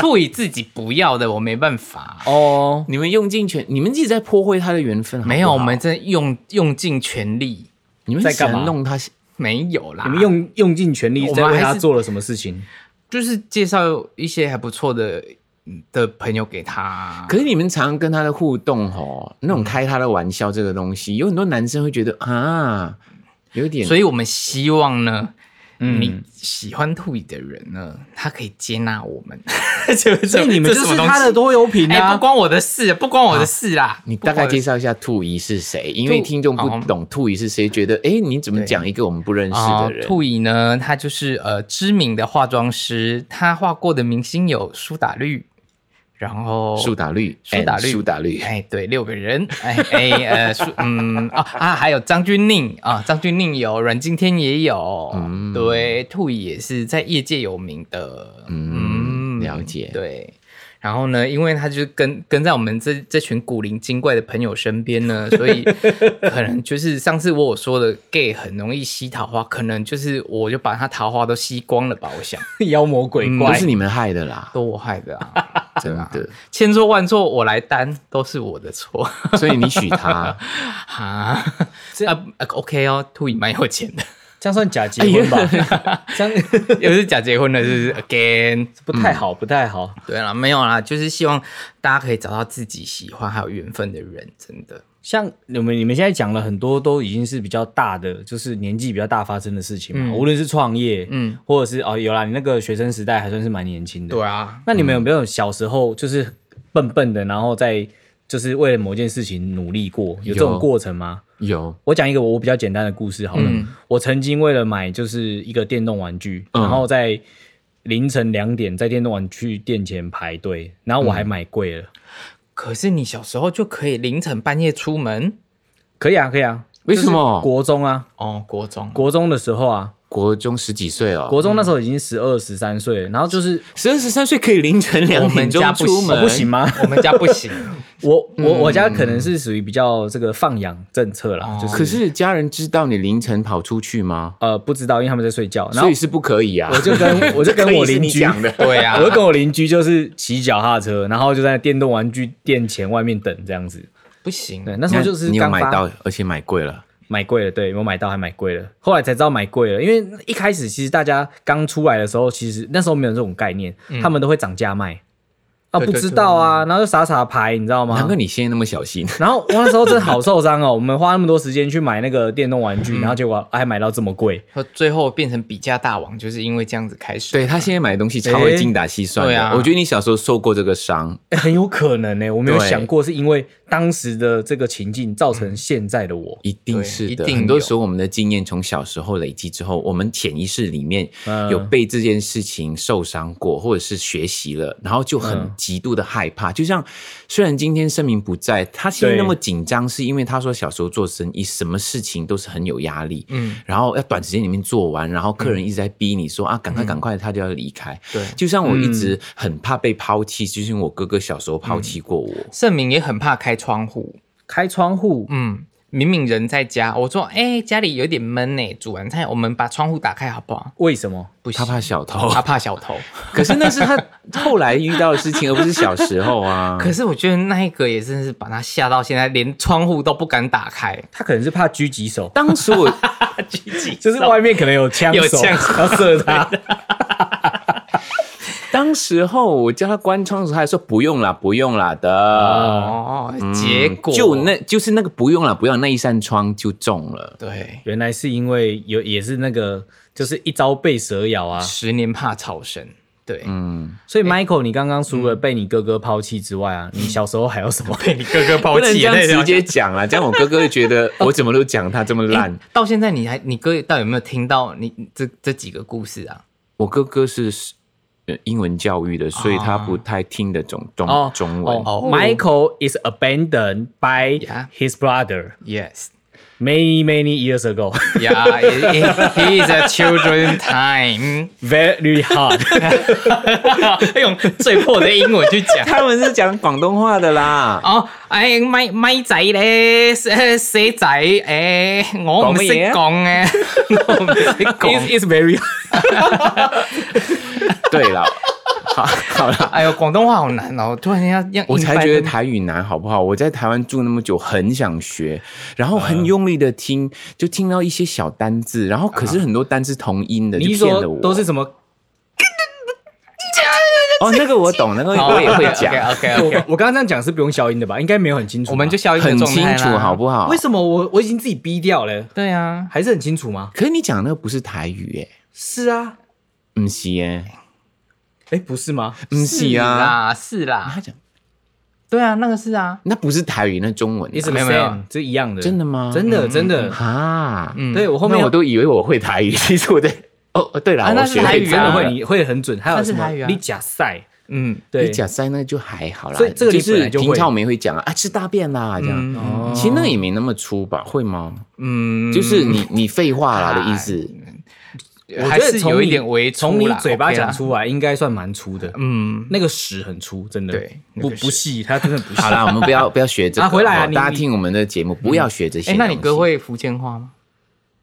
S3: 不以自己不要的，我没办法。
S4: 哦，
S2: 你们用尽全，你们一直在破坏他的缘分好不好
S3: 没有，我们真的用用尽全力，
S2: 你们
S4: 在干嘛
S2: 想弄他，
S3: 没有啦。
S4: 你们用用尽全力
S3: 啊我
S4: 在
S3: 们
S4: 为
S3: 还
S4: 他
S3: 是
S4: 做了什么事情？
S3: 就是介绍一些还不错的嗯的朋友给他。
S2: 可是你们常跟他的互动哦，那
S3: 嗯
S2: 种开他的玩笑这个东西，有很多男生会觉得啊，有点
S3: 所以我们希望呢，
S4: 嗯
S3: 你喜欢兔乙的人呢，他可以接纳我 们。就是
S4: 所以你们
S3: 这
S4: 就是
S3: 什么东
S4: 他的
S3: 西
S4: 多有品
S3: 哎、不
S4: 啊。
S3: 关我的事，不关我的事啦。
S2: 你大概
S3: 不关我的
S2: 介绍一下兔姨是谁？因为
S3: 兔
S2: 听众不
S3: 哦
S2: 懂兔姨是谁，觉得哎、诶你怎么
S3: 对
S2: 讲一个我们不认识
S3: 啊
S2: 的，人？
S3: 兔乙呢，他就是呃知名的化妆师，他画过的明星有苏打绿，然后
S2: 苏打绿，
S3: 苏打
S2: and
S3: 绿
S2: 苏打绿，
S3: 哎，对，六个人，哎哎呃，是嗯啊啊，还有张钧甯啊，张钧甯有，阮经天也有，
S2: 嗯
S3: 对，兔乙也是在业界有名的，
S2: 嗯了解
S3: 对。然后呢，因为他就是跟跟在我们这这群古灵精怪的朋友身边呢，所以可能就是上次我有说的 gay 很容易吸桃花，可能就是我就把他桃花都吸光了吧，我想
S4: 妖魔鬼
S2: 都
S4: 怪
S3: 嗯
S2: 是你们害的啦，
S3: 都我害的啊，
S2: 真的。
S3: 千错万错我来担，都是我的错。
S2: 所以你许他，
S3: 哈，这啊呃 OK 哦，兔姨蛮有钱的，
S4: 这样算假结婚
S3: 哎
S4: 吧？这样
S3: 又是假结婚了，是不是？Again，
S4: 不太
S3: 嗯
S4: 好，不太好。
S3: 对了，没有啦，就是希望大家可以找到自己喜欢还有缘分的人，真的。
S4: 像你们你们现在讲了很多，都已经是比较大的，就是年纪比较大发生的事情嘛。
S3: 嗯
S4: 无论是创业，嗯
S3: 嗯，
S4: 或者是哦，有啦，你那个学生时代还算是蛮年轻的。
S3: 啊，
S4: 那你们有没有小时候就是笨笨的，然后在就是为了某件事情努力过？有这种
S2: 有
S4: 过程吗？
S2: 有
S4: 我讲一个我比较简单的故事好了。
S3: 嗯
S4: 我曾经为了买就是一个电动玩具，
S2: 嗯
S4: 然后在凌晨两点在电动玩具店前排队，然后我还买贵了。
S3: 可是你小时候就可以凌晨半夜出门
S4: 可以啊，可以啊。
S2: 为什
S4: 就是
S2: 么？
S4: 国中啊，
S3: 哦，国中
S4: 国中的时候啊，
S2: 国中十几岁哦，
S4: 国中那时候已经十二十三岁了，然后就是
S2: 十二十三岁可以凌晨
S3: 我
S2: 两点
S3: 们
S2: 钟
S3: 家不
S2: 出
S3: 行
S2: 门，嗯
S4: 哦不行吗？
S3: 我们家不行，
S4: 我我我家可能是属于比较这个放养政策啦，
S3: 哦
S4: 就是
S2: 可是家人知道你凌晨跑出去吗？
S4: 呃不知道，因为他们在睡觉，然后
S2: 所以是不可以啊。
S4: 我就跟我就跟我邻居
S2: 这可以是你讲的
S3: 对啊，
S4: 我就跟我邻居就是骑脚踏车，然后就在电动玩具店前外面等这样子。
S3: 不行，
S4: 对，那时候就是
S2: 你有
S4: 刚
S2: 买
S4: 发
S2: 到，而且买贵了。
S4: 买贵了，对我买到还买贵了，后来才知道买贵了，因为一开始其实大家刚出来的时候，其实那时候没有这种概念，他们都会涨价卖啊，
S3: 嗯对
S4: 不
S3: 对
S4: 知道啊，然后就傻傻排，你知道吗
S2: 难怪？你现在那么小心。
S4: 然后我那时候真的好受伤哦，我们花那么多时间去买那个电动玩
S2: 嗯
S4: 具，然后结果还买到这么贵，
S3: 说最后变成比价大王，就是因为这样子开始。
S2: 对啊他现在买东西超会精打细算的、
S3: 对啊
S2: 我觉得你小时候受过这个伤，
S4: 哎很有可能呢、我没有
S2: 对
S4: 想过是因为当时的这个情境造成现在的我。
S2: 一定是
S3: 对一
S2: 的。
S3: 定有
S2: 很多时候我们的经验从小时候累积之后，我们潜意识里面
S4: 嗯
S2: 有被这件事情受伤过，或者是学习了，然后就很
S4: 嗯
S2: 极度的害怕。就像虽然今天声明不在，他现在
S4: 对
S2: 那么紧张，是因为他说小时候做生意，什么事情都是很有压力。
S3: 嗯，
S2: 然后要短时间里面做完，然后客人一直在逼你说、啊，赶快赶快，他就要离开。
S3: 对嗯
S2: 就像我一直很怕被抛弃，就是因为我哥哥小时候抛弃过我。
S3: 盛明也很怕开窗户，
S4: 开窗户，
S3: 嗯，明明人在家，我说，哎、家里有点闷呢、煮完菜我们把窗户打开好不好？
S4: 为什么？
S3: 不行，
S2: 他怕小偷，
S3: 他怕小偷。
S2: 可是那是他后来遇到的事情，而不是小时候啊。
S3: 可是我觉得那一个也真是把他吓到，现在连窗户都不敢打开。
S4: 他可能是怕狙击 手，
S2: 当时我
S4: 就是外面可能有枪手，
S3: 有枪
S4: 要射他。
S2: 当时候我叫他关窗的时候，他还说不用啦，不用啦的。
S3: 哦，结果
S2: 就那就是那个不用啦，不用那一扇窗就中了。
S3: 对
S4: 原来是因为有也是那个，就是一朝被蛇咬 啊。
S3: 十年怕草绳，对，
S2: 嗯，
S4: 所以 Michael，你刚刚除了被你哥哥抛弃之外啊，你小时候还有什么？
S3: 被你哥哥抛
S2: 不能这
S3: 弃
S2: 样
S3: 那
S2: 直
S3: 种。
S2: 接讲啦，这样我哥哥会觉得我怎么都讲他这么烂。
S3: 到现在你还你哥到底有没有听到你你这这几个故事啊？
S2: 我哥哥是呃英文教育的，所以他不太听得懂中、
S4: 哦
S2: 中文。
S4: 哦 Michael is abandoned by
S3: Yeah.
S4: his brother
S3: Yes,
S4: many many years ago.
S3: yeah, it, it, he is a children time，
S4: Very hard.
S3: 用最破的英文去讲。
S2: 他们是讲广东话的啦，
S3: 哦，哎，咪咪仔咧， 蛇蛇仔，诶、我唔識講啊嘅， 我唔識講。
S4: It's it's very
S2: 对啦，好，好啦。
S3: 哎呦，廣東話好難哦！突然間要要，
S2: 我才觉得台语难，好不好？我在台湾住那么久，很想学，然后很用力的听，就听到一些小单字，然后可是很多单字同音的，
S4: 嗯你
S2: 就是骗了
S4: 说
S2: 我。
S4: 都是什么？
S2: 哦，那个我懂，那个我也会讲，
S3: OK OK，
S4: 我我刚刚这样讲是不用消音的吧？应该没有很清楚吧。
S3: 我们就啊消音的
S2: 很
S3: 状态
S2: 清
S3: 啦
S2: 楚，好不好
S4: 为？什么我我已经自己逼掉了，
S3: 对啊，
S4: 还是很清楚吗？
S2: 可是你讲那个不是台语诶，
S4: 是啊，
S2: 不是耶，
S4: 哎，不是吗？
S2: 不是啊，
S3: 啦，是啦
S2: 他，讲
S3: 对啊，那个是啊，
S2: 那不是台语，那中文啊
S4: 你怎么
S3: 没有没有，
S4: 这一样的，
S2: 真的吗？
S4: 真的真的。
S2: 哈，
S3: 嗯，
S4: 对我后面
S2: 那我都以为我会台语， 其实我在哦，哦对了，
S3: 啊那
S2: 我
S3: 是
S2: 学
S3: 台语
S4: 真的
S3: 啊
S4: 会，你会很准。还有
S3: 那是
S4: 什么
S3: 台语？啊
S4: 你假赛，
S3: 嗯，
S4: 对
S2: 你，假塞那就还好啦，
S4: 所以这个
S2: 就
S4: 你本
S2: 是
S4: 来就会
S2: 平常我们也会讲啊，啊吃大便啦这样。
S3: 嗯
S4: 哦
S2: 其实那也没那么粗吧，会吗？
S3: 嗯，
S2: 就是你你废话
S4: 哎
S2: 啦的 意思，
S4: 我
S3: 还
S4: 觉得
S3: 是
S4: 从
S3: 有一
S4: 你
S3: 点微粗
S4: 从你
S3: 啦
S4: 嘴巴
S3: OK 啦
S4: 讲出来，应该算蛮粗的。
S3: 嗯，
S4: 那个屎很粗，真的，
S3: 对那
S4: 不
S3: 个
S4: 不细，它真的不细。
S2: 好啦，我们不要不要学这个。
S4: 啊回来啊
S2: 哦
S4: 你嗯
S2: 大家听我们的节目，不要学这些东，
S3: 哎
S2: 西。
S3: 那你哥会福建话吗？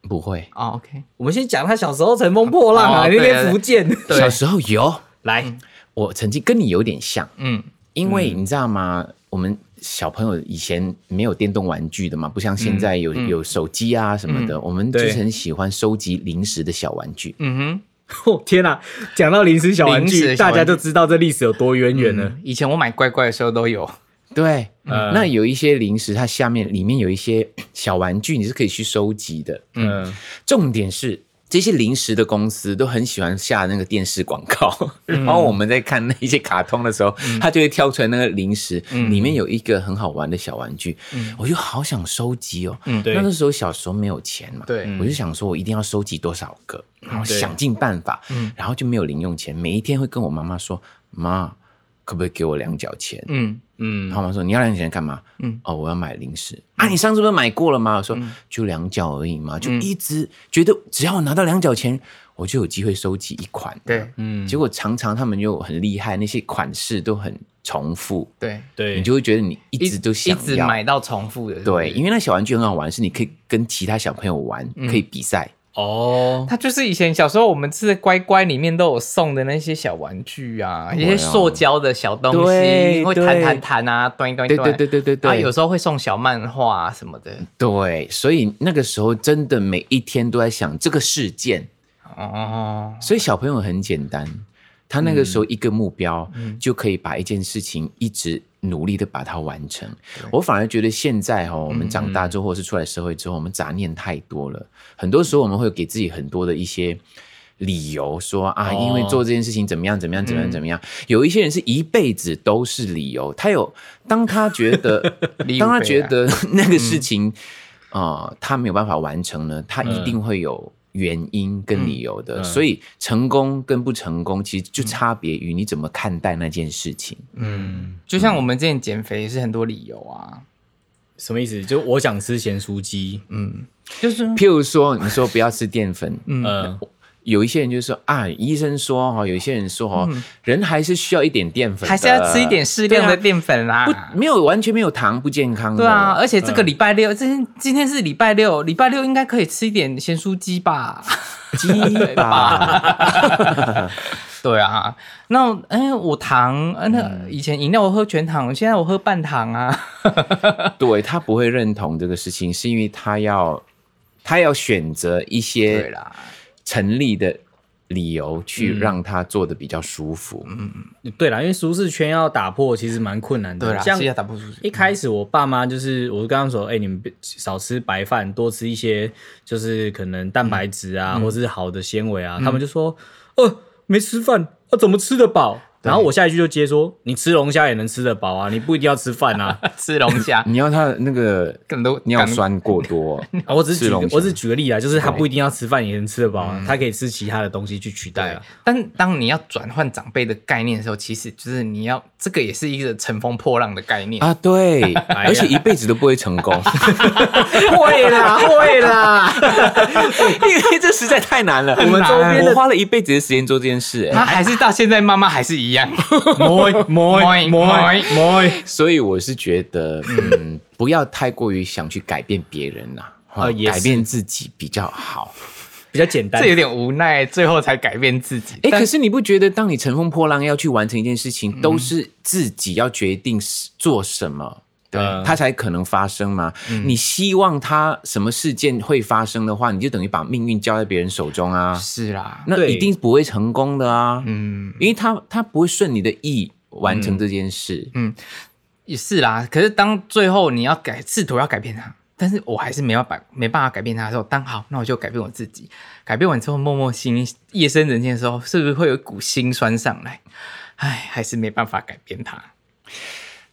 S2: 不会？
S3: 哦，OK，
S4: 我们先讲他小时候乘风破浪啊，
S3: 哦
S4: 那
S3: 对
S4: 边福建。
S3: 对
S2: 小时候有，
S4: 来，
S2: 我曾经跟你有点像，
S3: 嗯，
S2: 因为你知道吗？我们小朋友以前没有电动玩具的嘛，不像现在有有手机啊什么的，我们就是
S4: 嗯对
S2: 很喜欢收集零食的小玩具。
S3: 嗯
S4: 哦天哪，讲到零食小玩
S3: 零
S4: 具，
S3: 食
S4: 大
S3: 小玩具
S4: 家就知道这历史有多渊源了。
S3: 哼，以前我买乖乖的时候都有，
S2: 对，
S4: 嗯
S2: 那有一些零食，它下面里面有一些 小玩具，你是可以去收集的。
S4: 嗯，
S2: 重点是这些零食的公司都很喜欢下那个电视广 告，然
S4: 嗯
S2: 后我们在看那一些卡通的时候，它就会跳出来那个零食，
S4: 嗯
S2: 里面有一个很好玩的小玩具，我就好想收集哦。
S4: 嗯
S3: 嗯
S4: 对
S2: 那那时候小时候没有钱嘛，
S3: 对
S2: 我就想说我一定要收集多少个，然后
S4: 嗯对嗯
S2: 想尽办法，然后就没有零用钱，每一天会跟我妈妈说，妈，可不可以给我两角钱？
S3: 嗯，
S4: 嗯
S2: 然，后我妈说：“你要两角钱干嘛？”
S3: 嗯
S2: 哦，我要买零食啊！你上次不是买过了吗？我说、就两角而已嘛，就一直觉得只要我拿到两角钱，我就有机会收集一款。
S3: 对，
S4: 嗯
S2: 结果常常他们又很厉害，那些款式都很重复，
S3: 对，
S4: 对，
S2: 你就会觉得你一直都
S3: 一
S2: 想
S3: 直
S2: 要。
S3: 买到重复的，
S2: 对，，因为那小玩具很好玩，是你可以跟其他小朋友玩，可以比赛。
S4: 哦，
S3: 它就是以前小时候我们吃的乖乖里面都有送的那些小玩具啊，一些塑胶的小东
S2: 对
S3: 西，会弹
S2: 对
S3: 弹弹啊，端一端一
S2: 对
S3: 端，
S2: 对对对对对，
S3: 啊，有时候会送小漫画啊什么的，
S2: 对，所以那个时候真的每一天都在想这个事件。
S3: 哦，
S2: 所以小朋友很简单，他
S3: 嗯
S2: 那个时候一个目标就可以把一件事情一直努力的把它完成。我反而觉得现在哈、哦，我
S3: 嗯
S2: 们长大之后或是出来社会之后，我们杂念太多了，很多时候我们会给自己很多的一些。理由说啊，
S4: 哦
S2: 因为做这件事情怎么样怎么样怎
S3: 嗯
S2: 么样怎么样，有一些人是一辈子都是理由。他有，当他觉得，
S3: 理由
S2: 当他
S3: 呗
S2: 觉
S3: 啊
S2: 得 那个事情啊、呃他没有办法完成呢，他一定会有原因跟理由的。
S4: 嗯
S2: 所以成功跟不成功，其实就差别于你怎么看待那件事情。
S4: 嗯，
S3: 就像我们之前减肥也是很多理由啊，
S4: 什么意思？就我想吃咸酥鸡，
S3: 嗯，就是
S2: 譬如说，你说不要吃淀粉，
S4: 嗯，
S2: 有一些人就说啊，医生说哈，有一些人说哈，人还是需要一点淀粉的，
S3: 嗯还是要吃一点适量的
S2: 对啊
S3: 淀粉啦。
S2: 不，没有完全没有糖不健康的。
S3: 对啊，，而且这个礼拜六，今、天今天是礼拜六，礼拜六应该可以吃一点咸酥鸡吧？
S2: 鸡吧，
S3: 对啊，那哎、我糖，呃那以前饮料我喝全糖，现在我喝半糖啊。
S2: 对他不会认同这个事情，是因为他要他要选择一些
S3: 对啦，嗯
S2: 成立的理由去让他做的比较舒服。嗯，
S4: 对啦，因为舒适圈要打破其实蛮困难的，
S3: 对啦，
S4: 像
S3: 是要打不出去。
S4: 一开始我爸妈就是我刚刚说，哎、你们别少吃白饭，多吃一些就是可能蛋白质
S3: 嗯
S4: 啊，或是好的纤维啊。他们就说，呃，没吃饭，啊，怎么吃得饱？然后我下一句就接说，你吃龙虾也能吃得饱啊，你不一定要吃饭 啊
S3: 吃龙虾
S2: 你要他的那个
S3: 更多
S2: 尿酸 过多，
S4: 啊。我只是
S2: 吃
S4: 举
S2: 龙
S4: 个
S2: 虾
S4: 我只是举个例啊，就是他不一定要吃饭也能吃得饱
S3: 嗯
S4: 啊，他可以吃其他的东西去取代
S3: 对
S4: 啊。，
S3: 但当你要转换长辈的概念的时候，其实就是你要这个也是一个乘风破浪的概念。
S2: 啊，对，
S4: 哎呀
S2: 而且一辈子都不会成 功，
S4: 会啦，会啦，
S2: 因为这实在太难了。 我
S4: 们周边的
S2: 我花了一辈子的时间做这件事、
S4: 啊
S2: 哎
S3: 他还是到现在，妈妈还是一样。
S4: 摸摸摸
S3: 摸
S4: 摸，
S2: 所以我是觉得，嗯，不要太过于想去改变别人呐、哈
S4: 啊也是
S2: 改变自己比较好。
S4: 比较简单
S3: 这。有点无奈，最后才改变自己。
S2: 哎、
S3: 但
S2: 可是你不觉得，当你
S4: 嗯
S2: 乘风破浪要去完成一件事情，都是自己要决定是做什么，
S3: 对
S4: 嗯
S2: 它才可能发生嘛。你希望它什么事件会发生的话，你就等于把命运交在别人手中啊，
S3: 是啦，
S2: 那
S4: 对
S2: 一定不会成功的啊，
S3: 嗯
S2: 因为它它不会顺你的意完成这件事。
S3: 也是啦。可是当最后你要改，试图要改变它，但是我还是没办法没办法改变它的时候，当好，那我就改变我自己。改变完之后，默默心夜深人静的时候，是不是会有一股心酸上来？唉，还是没办法改变它。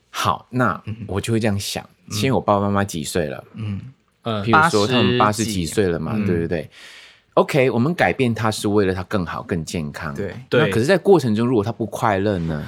S2: 好，那我就会这样想，因为我爸爸妈妈几岁了？
S4: 嗯
S2: 譬如说他们八
S3: 80
S2: 十几
S3: 几
S2: 岁了嘛，
S3: 嗯
S2: 对不对？OK，我们改变他是为了他更好、更健康。
S3: 对
S2: 那
S4: 对
S2: 可是，在过程中如果他不快乐呢？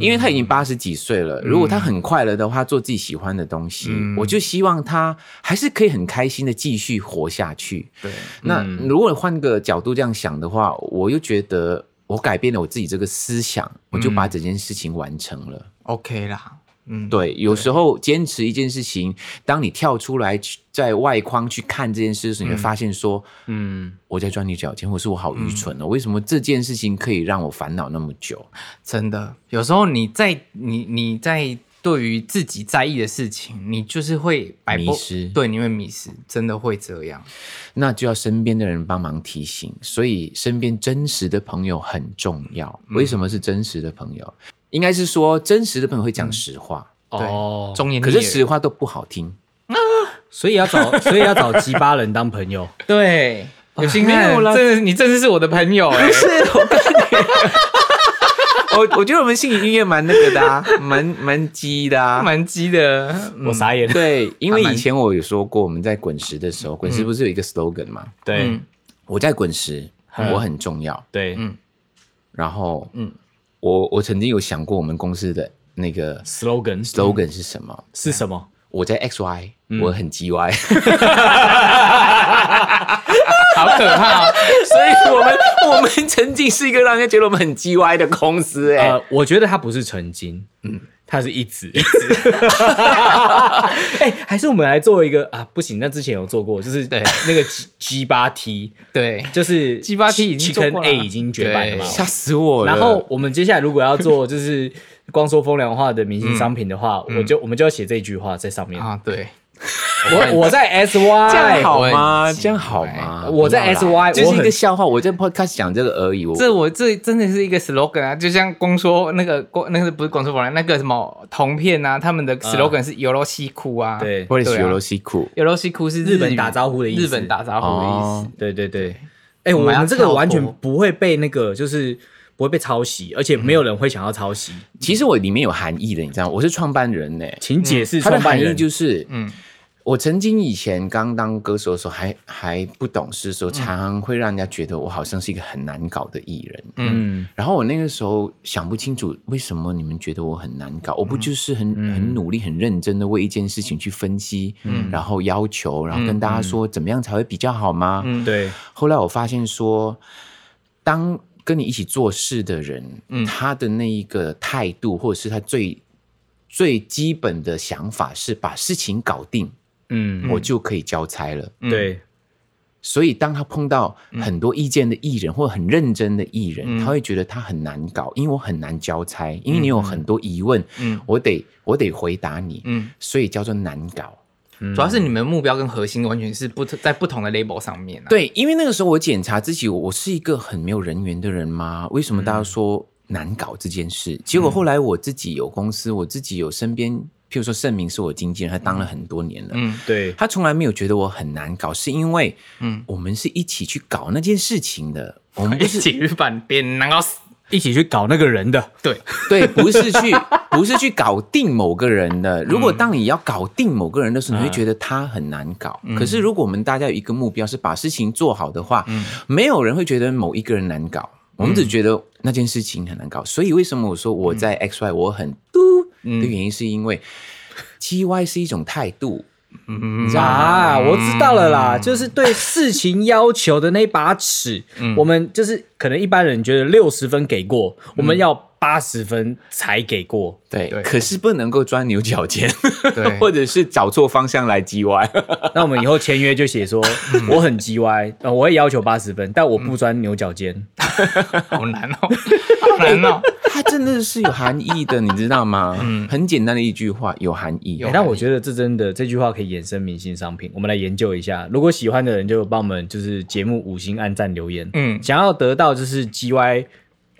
S2: 因为他已经八十几岁了，如果他很快乐的话，做自己喜欢的东西，
S3: 嗯
S2: 我就希望他还是可以很开心的继续活下去。
S3: 对，
S2: 那
S3: 嗯
S2: 如果换个角度这样想的话，我又觉得我改变了我自己这个思想，
S3: 嗯
S2: 我就把整件事情完成了。
S3: OK 啦，嗯，
S2: 对，有时候坚持一件事情，当你跳出来去在外框去看这件事的时候，你会发现说，
S4: 嗯，
S2: 我在钻牛角尖，或是我好愚蠢
S3: 嗯
S2: 哦，为什么这件事情可以让我烦恼那么久？
S3: 真的，有时候你在你你在对于自己在意的事情，你就是会摆
S2: 迷失
S3: 对，你会迷失，真的会这样。
S2: 那就要身边的人帮忙提醒，所以身边真实的朋友很重要。
S3: 嗯
S2: 为什么是真实的朋友？应该是说真实的朋友会讲实话，
S3: 对
S4: 哦，
S3: 嗯忠言
S2: 可
S3: 逆
S2: 是
S3: 耳，
S2: 实话都不好听。
S4: 所以要 找，所以要找鸡巴人当朋友。
S3: 对，有心
S2: 没
S3: 看，
S2: 有啦
S3: 真的，你真的是我的朋友哎、
S2: 是我跟你， 我我觉得我们心理音乐蛮那个的、 啊，蛮蛮鸡的、啊，
S3: 蛮鸡的，嗯
S4: 我傻眼。
S2: 对，因
S3: 还
S2: 为
S3: 蛮
S2: 以前我有说过，我们在滚石的时候，滚石不是有一个 slogan 嘛？
S4: 对
S3: 嗯
S2: 我在滚石，
S4: 嗯
S2: 我很重要。
S4: 对
S2: 然后，
S3: 嗯
S2: 嗯，我我曾经有想过我们公司的那个
S4: ，slogan
S2: slogan 是什么？
S4: 是什么？
S2: 我在 XY，我很 GY，
S3: 好可怕、哦。
S2: 所以我 们我们曾经是一个让人家觉得我们很 GY 的公司哎、
S4: 呃，我觉得他不是曾经，嗯，他是一直。 哎，还是我们来做一个啊？不行，那之前有做过，就是
S3: 对
S4: 那个 G G 八 T，
S3: 对，
S4: 就是
S3: G 八 T 已经做
S4: Chicken
S3: 过了
S4: A 已经绝版了嘛
S3: 对。
S2: 吓死我了。
S4: 然后我们接下来如果要做就是光说风凉话的明星商品的话，我就我们就要写这句话在上面。
S3: 啊，对，
S4: 我我在 SY，
S2: 这样好
S3: 我
S2: 吗？
S3: 很 GY
S2: 这样好吗？
S4: 我在
S2: 不要啦
S4: SY
S2: 就是
S4: 我
S2: 一
S4: 很
S2: 个笑话，我在 podcast 讲这个而已。我
S3: 这我这真的是一个 slogan 啊，就像光说那个光那个不是光说法那个什么铜片啊，他们的 slogan 是尤罗西库啊，
S4: 对
S2: 我也是
S3: 对啊
S2: 有罗西库。
S3: 尤罗西库是
S4: 日本
S3: 语
S4: 打招呼的意思
S3: 日本打招呼的意
S2: 哦
S3: 思。
S4: 对对对，哎、我
S3: 我们要
S4: 们这个完全
S3: 跳脱
S4: 不会被那个，就是不会被抄袭，而且没有人会想要抄袭。
S2: 其实我里面有含义的，你知道吗，我是创办人呢、
S4: 请解释
S2: 它的
S4: 创
S2: 含
S4: 办
S2: 义
S4: 人，
S2: 就是，
S3: 嗯
S2: 嗯，我曾经以前刚当歌手的时候还，还不懂事的时候，常常会让人家觉得我好像是一个很难搞的艺人。
S4: 嗯，
S2: 然后我那个时候想不清楚，为什么你们觉得我很难搞？
S3: 嗯
S2: 我不就是很、很努力、很认真的为一件事情去分析，
S3: 嗯
S2: 然后要求，然后跟大家说怎么样才会比较好吗？
S3: 嗯
S4: 对，
S2: 后来我发现说，当跟你一起做事的人，
S3: 嗯
S2: 他的那一个态度，或者是他最最基本的想法是把事情搞定，
S4: 嗯，
S2: 我就可以交差了。
S3: 嗯
S4: 对，
S2: 所以，当他碰到很多意见的艺人，或很认真的艺人，
S3: 嗯
S2: 他会觉得他很难搞，因为我很难交差，因为你有很多疑问，
S3: 嗯
S2: 我得我得回答你，
S3: 嗯，
S2: 所以叫做难搞。
S3: 主要是你们的目标跟核心完全是不同在不同的 label 上面啊。
S2: 对，因为那个时候我检查自己，我是一个很没有人缘的人吗？为什么大家说难搞这件事？结果后来我自己有公司，我自己有身边，譬如说盛明是我经纪人，他当了很多年了。
S3: 嗯
S4: 对，
S2: 他从来没有觉得我很难搞，是因为，
S3: 嗯
S2: 嗯，我们是一起去搞那件事情的，我们
S3: 一
S2: 不是
S3: 起日版边难搞死。
S4: 一起去搞那个人的，
S3: 对，
S2: 对，不是去不是去搞定某个人的。如果当你要搞定某个人的时候，你会觉得他很难搞。可是如果我们大家有一个目标是把事情做好的话，没有人会觉得某一个人难搞，我们只觉得那件事情很难搞。所以为什么我说我在 X Y 我很嘟的原因，是因为 G Y 是一种态度。
S3: 嗯，
S4: 啊，我知道了啦，就是对事情要求的那一把尺，
S2: 嗯
S4: 我们就是可能一般人觉得六十分给过，我们要八十分才给过。
S2: 对，
S3: 对
S2: 可是不能够钻牛角尖，
S3: 对
S2: 或者是找错方向来 G Y。
S4: 那我们
S2: 嗯
S4: 以后签约就写说，我很 G 歪，呃我也要求八十分，但我不钻牛角尖。
S3: 好难哦， 好难哦。
S2: 它真的是有含义的，你知道吗？嗯，很简单的一句话，有含义。
S4: 欸但我觉得这真的这句话可以衍生明星商品，我们来研究一下。如果喜欢的人就帮我们就是节目五星按赞留言，
S3: 嗯
S4: 想要得到就是 G Y，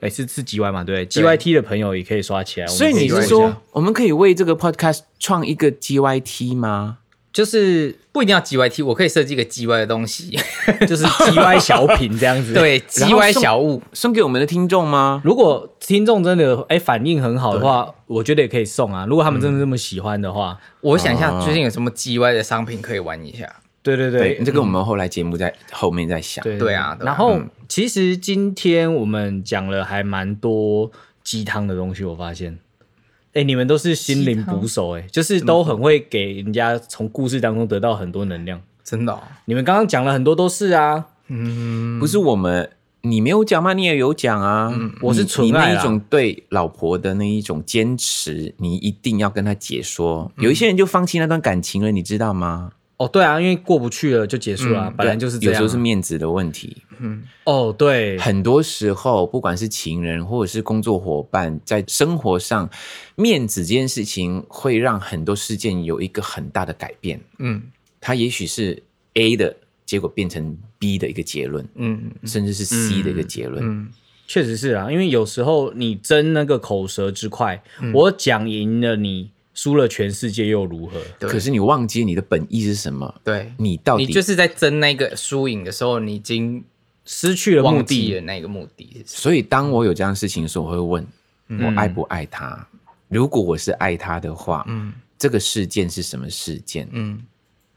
S4: 哎、是是 G Y 嘛？对不对，GYT 的朋友也可以刷起啊来。我们
S2: 所以你
S4: 可
S2: 是
S4: 玩一下
S2: 说，我们可以为这个 podcast 创一个 GYT 吗？
S3: 就是不一定要 GYT，我可以设计一个 GY 的东西，
S4: 就是 G Y 小品这样子？。
S3: 对
S2: 然后
S3: ，GY
S2: 送
S3: 小物，
S2: 送给我们的听众吗？
S4: 如果听众真的哎、反应很好的话，我觉得也可以送啊。如果他们真的这么喜欢的话，
S3: 我想一下最近有什么 GY 的商品可以玩一下。
S4: 对对嗯
S2: 对，这个我们后来节目在后面再想。
S4: 对
S3: 对啊对啊
S4: 然后、其实今天我们讲了还蛮多鸡汤的东西，我发现。哎、你们都是心灵捕手、哎，就是都很会给人家从故事当中得到很多能量。
S3: 真的、哦，
S4: 你们刚刚讲了很多都是啊，
S2: 不是我们，你没有讲吗？你也有讲啊。
S4: 嗯我是
S2: 你
S4: 纯
S2: 你
S4: 爱
S2: 那
S4: 啦
S2: 一种对老婆的那一种坚持，你一定要跟她解说。
S4: 嗯
S2: 有一些人就放弃那段感情了，你知道吗？
S4: 哦，对啊，因为过不去了就结束了啊、本来
S2: 嗯对
S4: 就是这
S2: 有
S4: 样
S2: 时
S4: 啊。
S2: 候是面子的问题。
S4: 哦，对，
S2: 很多时候，不管是情人或者是工作伙伴，在生活上，面子这件事情会让很多事件有一个很大的改变。
S3: 嗯
S2: 它也许是 A 的结果变成 B 的一个结论，
S3: 嗯
S2: 甚至是 C 的一个结论。
S3: 嗯，
S4: 确实是啊，因为有时候你争那个口舌之快，我讲赢了你，输了全世界又如何？
S3: 对
S2: 可是你忘记你的本意是什么？
S3: 对，
S2: 你到底
S3: 你就是在争那个输赢的时候，你已经
S4: 失去了目
S3: 忘记
S4: 的
S3: 了，那个目的是什
S2: 所以，当我有这样的事情的时候，我会问：
S3: 嗯
S2: 我爱不爱他？如果我是爱他的话，
S3: 么。嗯
S2: 这个事件是什么事件？
S3: 嗯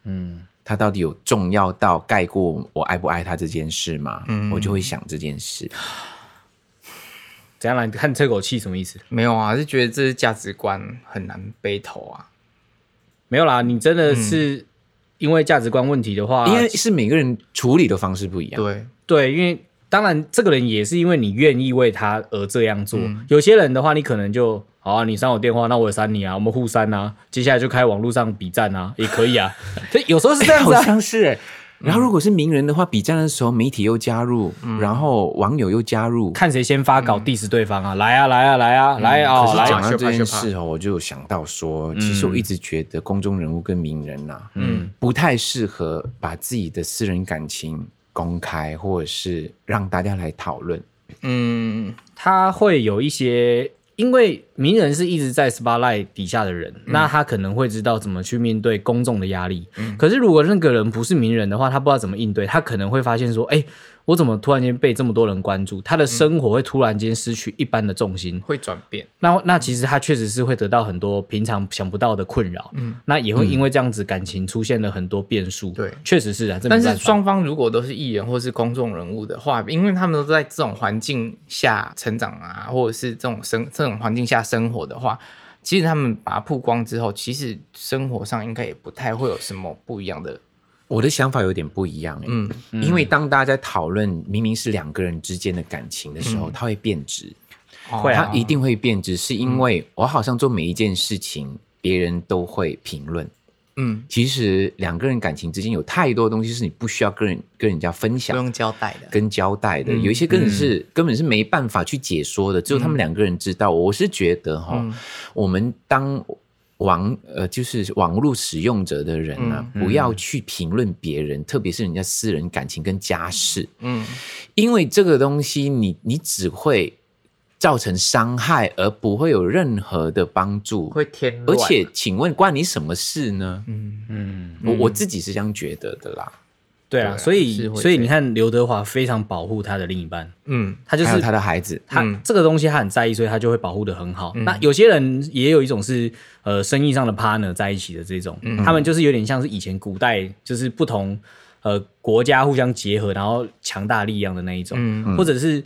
S4: 嗯，
S2: 它到底有重要到盖过我爱不爱他这件事吗？
S3: 嗯
S2: 我就会想这件事。
S4: 怎样来看这口气什么意思？
S3: 没有啊，是觉得这是价值观很难 battle 啊。
S4: 没有啦，你真的是因为价值观问题的
S3: 啊
S4: 话，
S2: 因为是每个人处理的方式不一样。
S3: 对，
S4: 对，因为当然这个人也是因为你愿意为他而这样做。有些人的话，你可能就好啊，你删我电话，那我也删你啊，我们互删啊，接下来就开网络上比战啊，也可以啊。就有时候是这样子、
S2: 好
S4: 啊，
S2: 像是欸。
S3: 嗯
S2: 然后，如果是名人的话，比战的时候，媒体又加入，然后网友又加入。
S4: 看谁先发稿 diss 对方啊，来啊来啊来啊来啊、
S2: 嗯可
S4: 哦
S2: 是
S4: 来
S2: 讲
S4: 啊，
S2: 到
S3: 来
S2: 这件
S3: 啪啪
S2: 事哦，我就有想到说，其实我一直觉得公众人物跟名人呐、啊
S3: 嗯
S2: 不太适合把自己的私人感情公开，或者是让大家来讨论。
S3: 嗯，
S4: 他会有一些。因为名人是一直在 spotlight 底下的人，那他可能会知道怎么去面对公众的压力。可是如果那个人不是名人的话，他不知道怎么应对，他可能会发现说：“哎，我怎么突然间被这么多人关注？他的生活会突然间失去一般的重心。
S3: 会转变。
S4: 那那其实他确实是会得到很多平常想不到的困扰。嗯，那也会因为这样子感情出现了很多变数。
S3: 对
S4: 确实是啊，这没
S3: 但是
S4: 办法
S3: 双方如果都是艺人或是公众人物的话，因为他们都在这种环境下成长啊，或者是这种生这种环境下生活的话，其实他们把它曝光之后，其实生活上应该也不太会有什么不一样的。
S2: 我的想法有点不一样、欸，
S3: 嗯
S2: 因为当大家在讨论明明是两个人之间的感情的时候，它会变质，
S4: 会
S3: 哦
S4: 啊
S2: 它一定会变质，是因为我好像做每一件事情，别人都会评论。
S3: 嗯，
S2: 其实两个人感情之间有太多东西是你不需要跟人跟人家分
S3: 不
S2: 享、
S3: 用交代的。
S2: 跟交代的，有一些根本是、根本是没办法去解说的，只有他们两个人知道。我是觉得哈，我们当网呃就是网络使用者的人呢、啊，不要去评论别人，特别是人家私人感情跟家事，
S3: 嗯
S2: 因为这个东西你你只会造成伤害，而不会有任何的帮助。
S3: 会添
S2: 而
S3: 乱
S2: 且，请问关你什么事呢？
S3: 嗯，
S4: 嗯，
S2: 我我自己是这样觉得的啦。
S4: 对
S3: 对
S4: 啊，
S3: 啊
S4: 所以
S3: 是会
S4: 所以
S3: 这样
S4: 你看刘德华非常保护他的另一半，
S3: 嗯
S4: 他就
S2: 还有
S4: 是
S2: 他的孩子，
S4: 他、
S3: 嗯
S4: 这个东西他很在意，所以他就会保护的很好。那有些人也有一种是呃生意上的 partner 在一起的这种，他们就是有点像是以前古代就是不同呃国家互相结合，然后强大力量的那一种，
S3: 嗯
S4: 或者是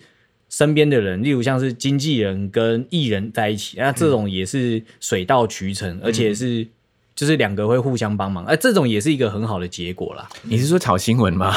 S4: 身边的人，例如像是经纪人跟艺人在一起，那这种也是水到渠成，而且是。就是两个会互相帮忙，哎、这种也是一个很好的结果啦。
S2: 你是说炒新闻吗？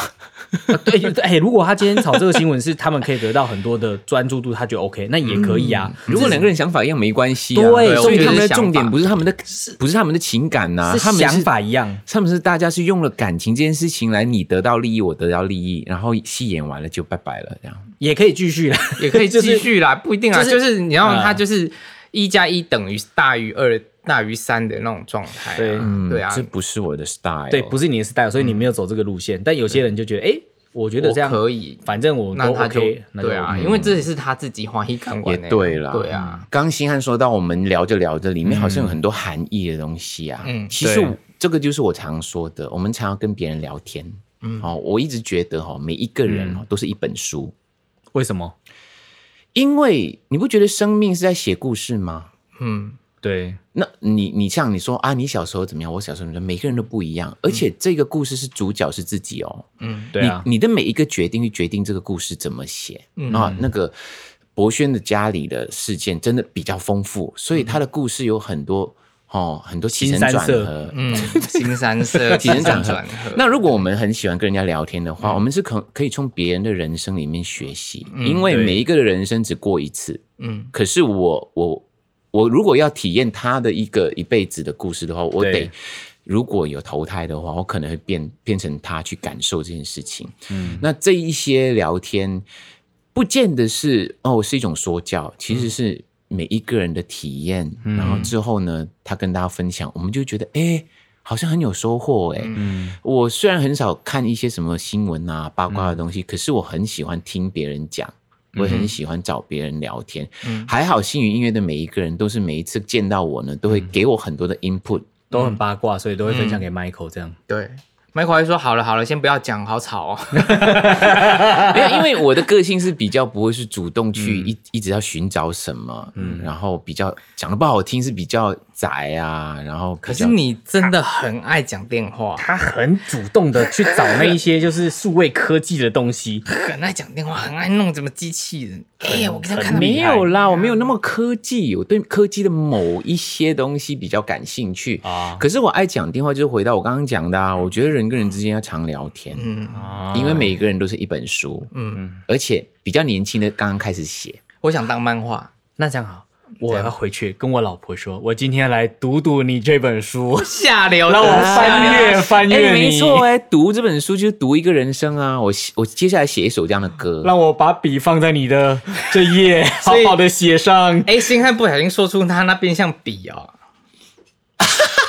S4: 啊 对，就是哎、如果他今天炒这个新闻是他们可以得到很多的专注度，他就 OK，那也可以啊。
S3: 嗯
S2: 如果两个人想法一样，没关系、啊。
S4: 对
S2: 所以他们
S3: 我觉得是
S2: 的
S3: 想法
S2: 重点不是他们的，不是他们的情感
S3: 啊
S2: 呐、
S4: 是
S2: 他们
S4: 想法一样，
S2: 他们是大家是用了感情这件事情来，你得到利益，我得到利益，然后戏演完了就拜拜了，这样。
S4: 也可以继续啦。啊
S3: 也可以继续啦，不一定啊，
S4: 就是
S3: 就是你让它
S4: 嗯
S3: 就是一加一等于大于二大于三的那种状态啊，
S4: 对嗯
S3: 对啊
S2: 嗯这，不是我的 style。
S3: 哦
S4: 对，不
S2: 是
S4: 是你的 style，所以你没有走这个路线。但有些人就觉得，哎、我觉得这样
S3: 嗯我可以
S4: 反正我
S3: 那
S4: 都
S3: 他就
S4: OK，那就嗯
S3: 对啊，
S4: OK
S3: 因为这也是他自己欢喜感
S2: 也
S3: 官的，
S2: 欸对啦。嗯
S3: 对啊，
S2: 刚星汉说到，我们聊着聊着，里面好像有很多含义的东西啊。
S3: 嗯
S2: 嗯，其实
S4: 对
S2: 我这个就是我常说的，我们常要跟别人聊天。嗯，哦，我一直觉得哈、哦，每一个人哦都是一本书，
S4: 为什么？
S2: 因为你不觉得生命是在写故事吗？
S3: 嗯，
S4: 对，
S2: 那你你像你说啊，你小时候怎么样？我小时候怎么样？每个人都不一样，而且这个故事是主角是自己哦。
S4: 嗯对啊，嗯
S2: 你你的每一个决定去决定这个故事怎么写。啊，那个博轩的家里的事件真的比较丰富，所以他的故事有很多哦，很多起承
S4: 嗯新三
S2: 转
S4: 色
S2: 合。
S3: 嗯， 新三色，
S2: 起承转
S3: 新
S2: 合
S3: 三转。
S2: 那如果我们很喜欢跟人家聊天的
S4: 嗯
S2: 话，我们是可可以从别人的人生里面学习，因为每一个人生只过一次。
S3: 嗯，
S2: 可是我我我如果要体验他的一个一辈子的故事的话，我
S4: 对
S2: 得如果有投胎的话，我可能会变变成他去感受这件事情。嗯，那这一些聊天不见得是哦是一种说教，其实是每一个人的体验。然后之后呢，他跟大家分享，我们就觉得哎。诶好像很有收获哎、嗯，我虽然很少看一些什么新闻啊、八卦的东西，可是我很喜欢听别人讲，我也很喜欢找别人聊天。还好星云音乐的每一个人都是每一次见到我呢，都会给我很多的 input。
S4: 都很八卦，所以都会
S3: 嗯
S4: 分享给 Michael 这样。
S3: 对。Michael 还说：“好了好了，先不要 讲，好吵哦。
S2: 没有，因为我的个性是比较不会是主动去一、一直要寻找什么，嗯，然后比较讲的不好听是比较宅啊，然后”
S3: 可
S2: 比
S3: 是
S2: 较
S3: 你真的很爱讲电话，
S4: 他很主动的去找那一些就是数位科技的东西，
S3: 很爱讲电话，很爱弄什么机器人。哎呀，我跟他看到
S2: 没
S3: 你
S2: 有啦，我没有那么科技，我对科技的某一些东西比较感兴趣
S4: 啊
S2: 啊。可是我爱讲电话，就是回到我刚刚讲的啊，我觉得人跟人之间要常聊天，
S3: 嗯，
S2: 因为每一个人都是一本书，嗯，而且比较年轻的刚刚开始写，
S3: 我想当漫画，
S4: 那这样好，啊我要回去跟我老婆说，我今天来读读你这本书，
S3: 下流的
S4: 让我翻
S3: 下流
S4: 阅翻
S2: 哎、
S4: 阅你，
S2: 没错哎、读这本书就是读一个人生啊。我写我接下来写一首这样的歌，
S4: 让我把笔放在你的这页， 好
S3: 以
S4: 好的写上。
S3: 哎，星汉不小心说出他那边像笔哦，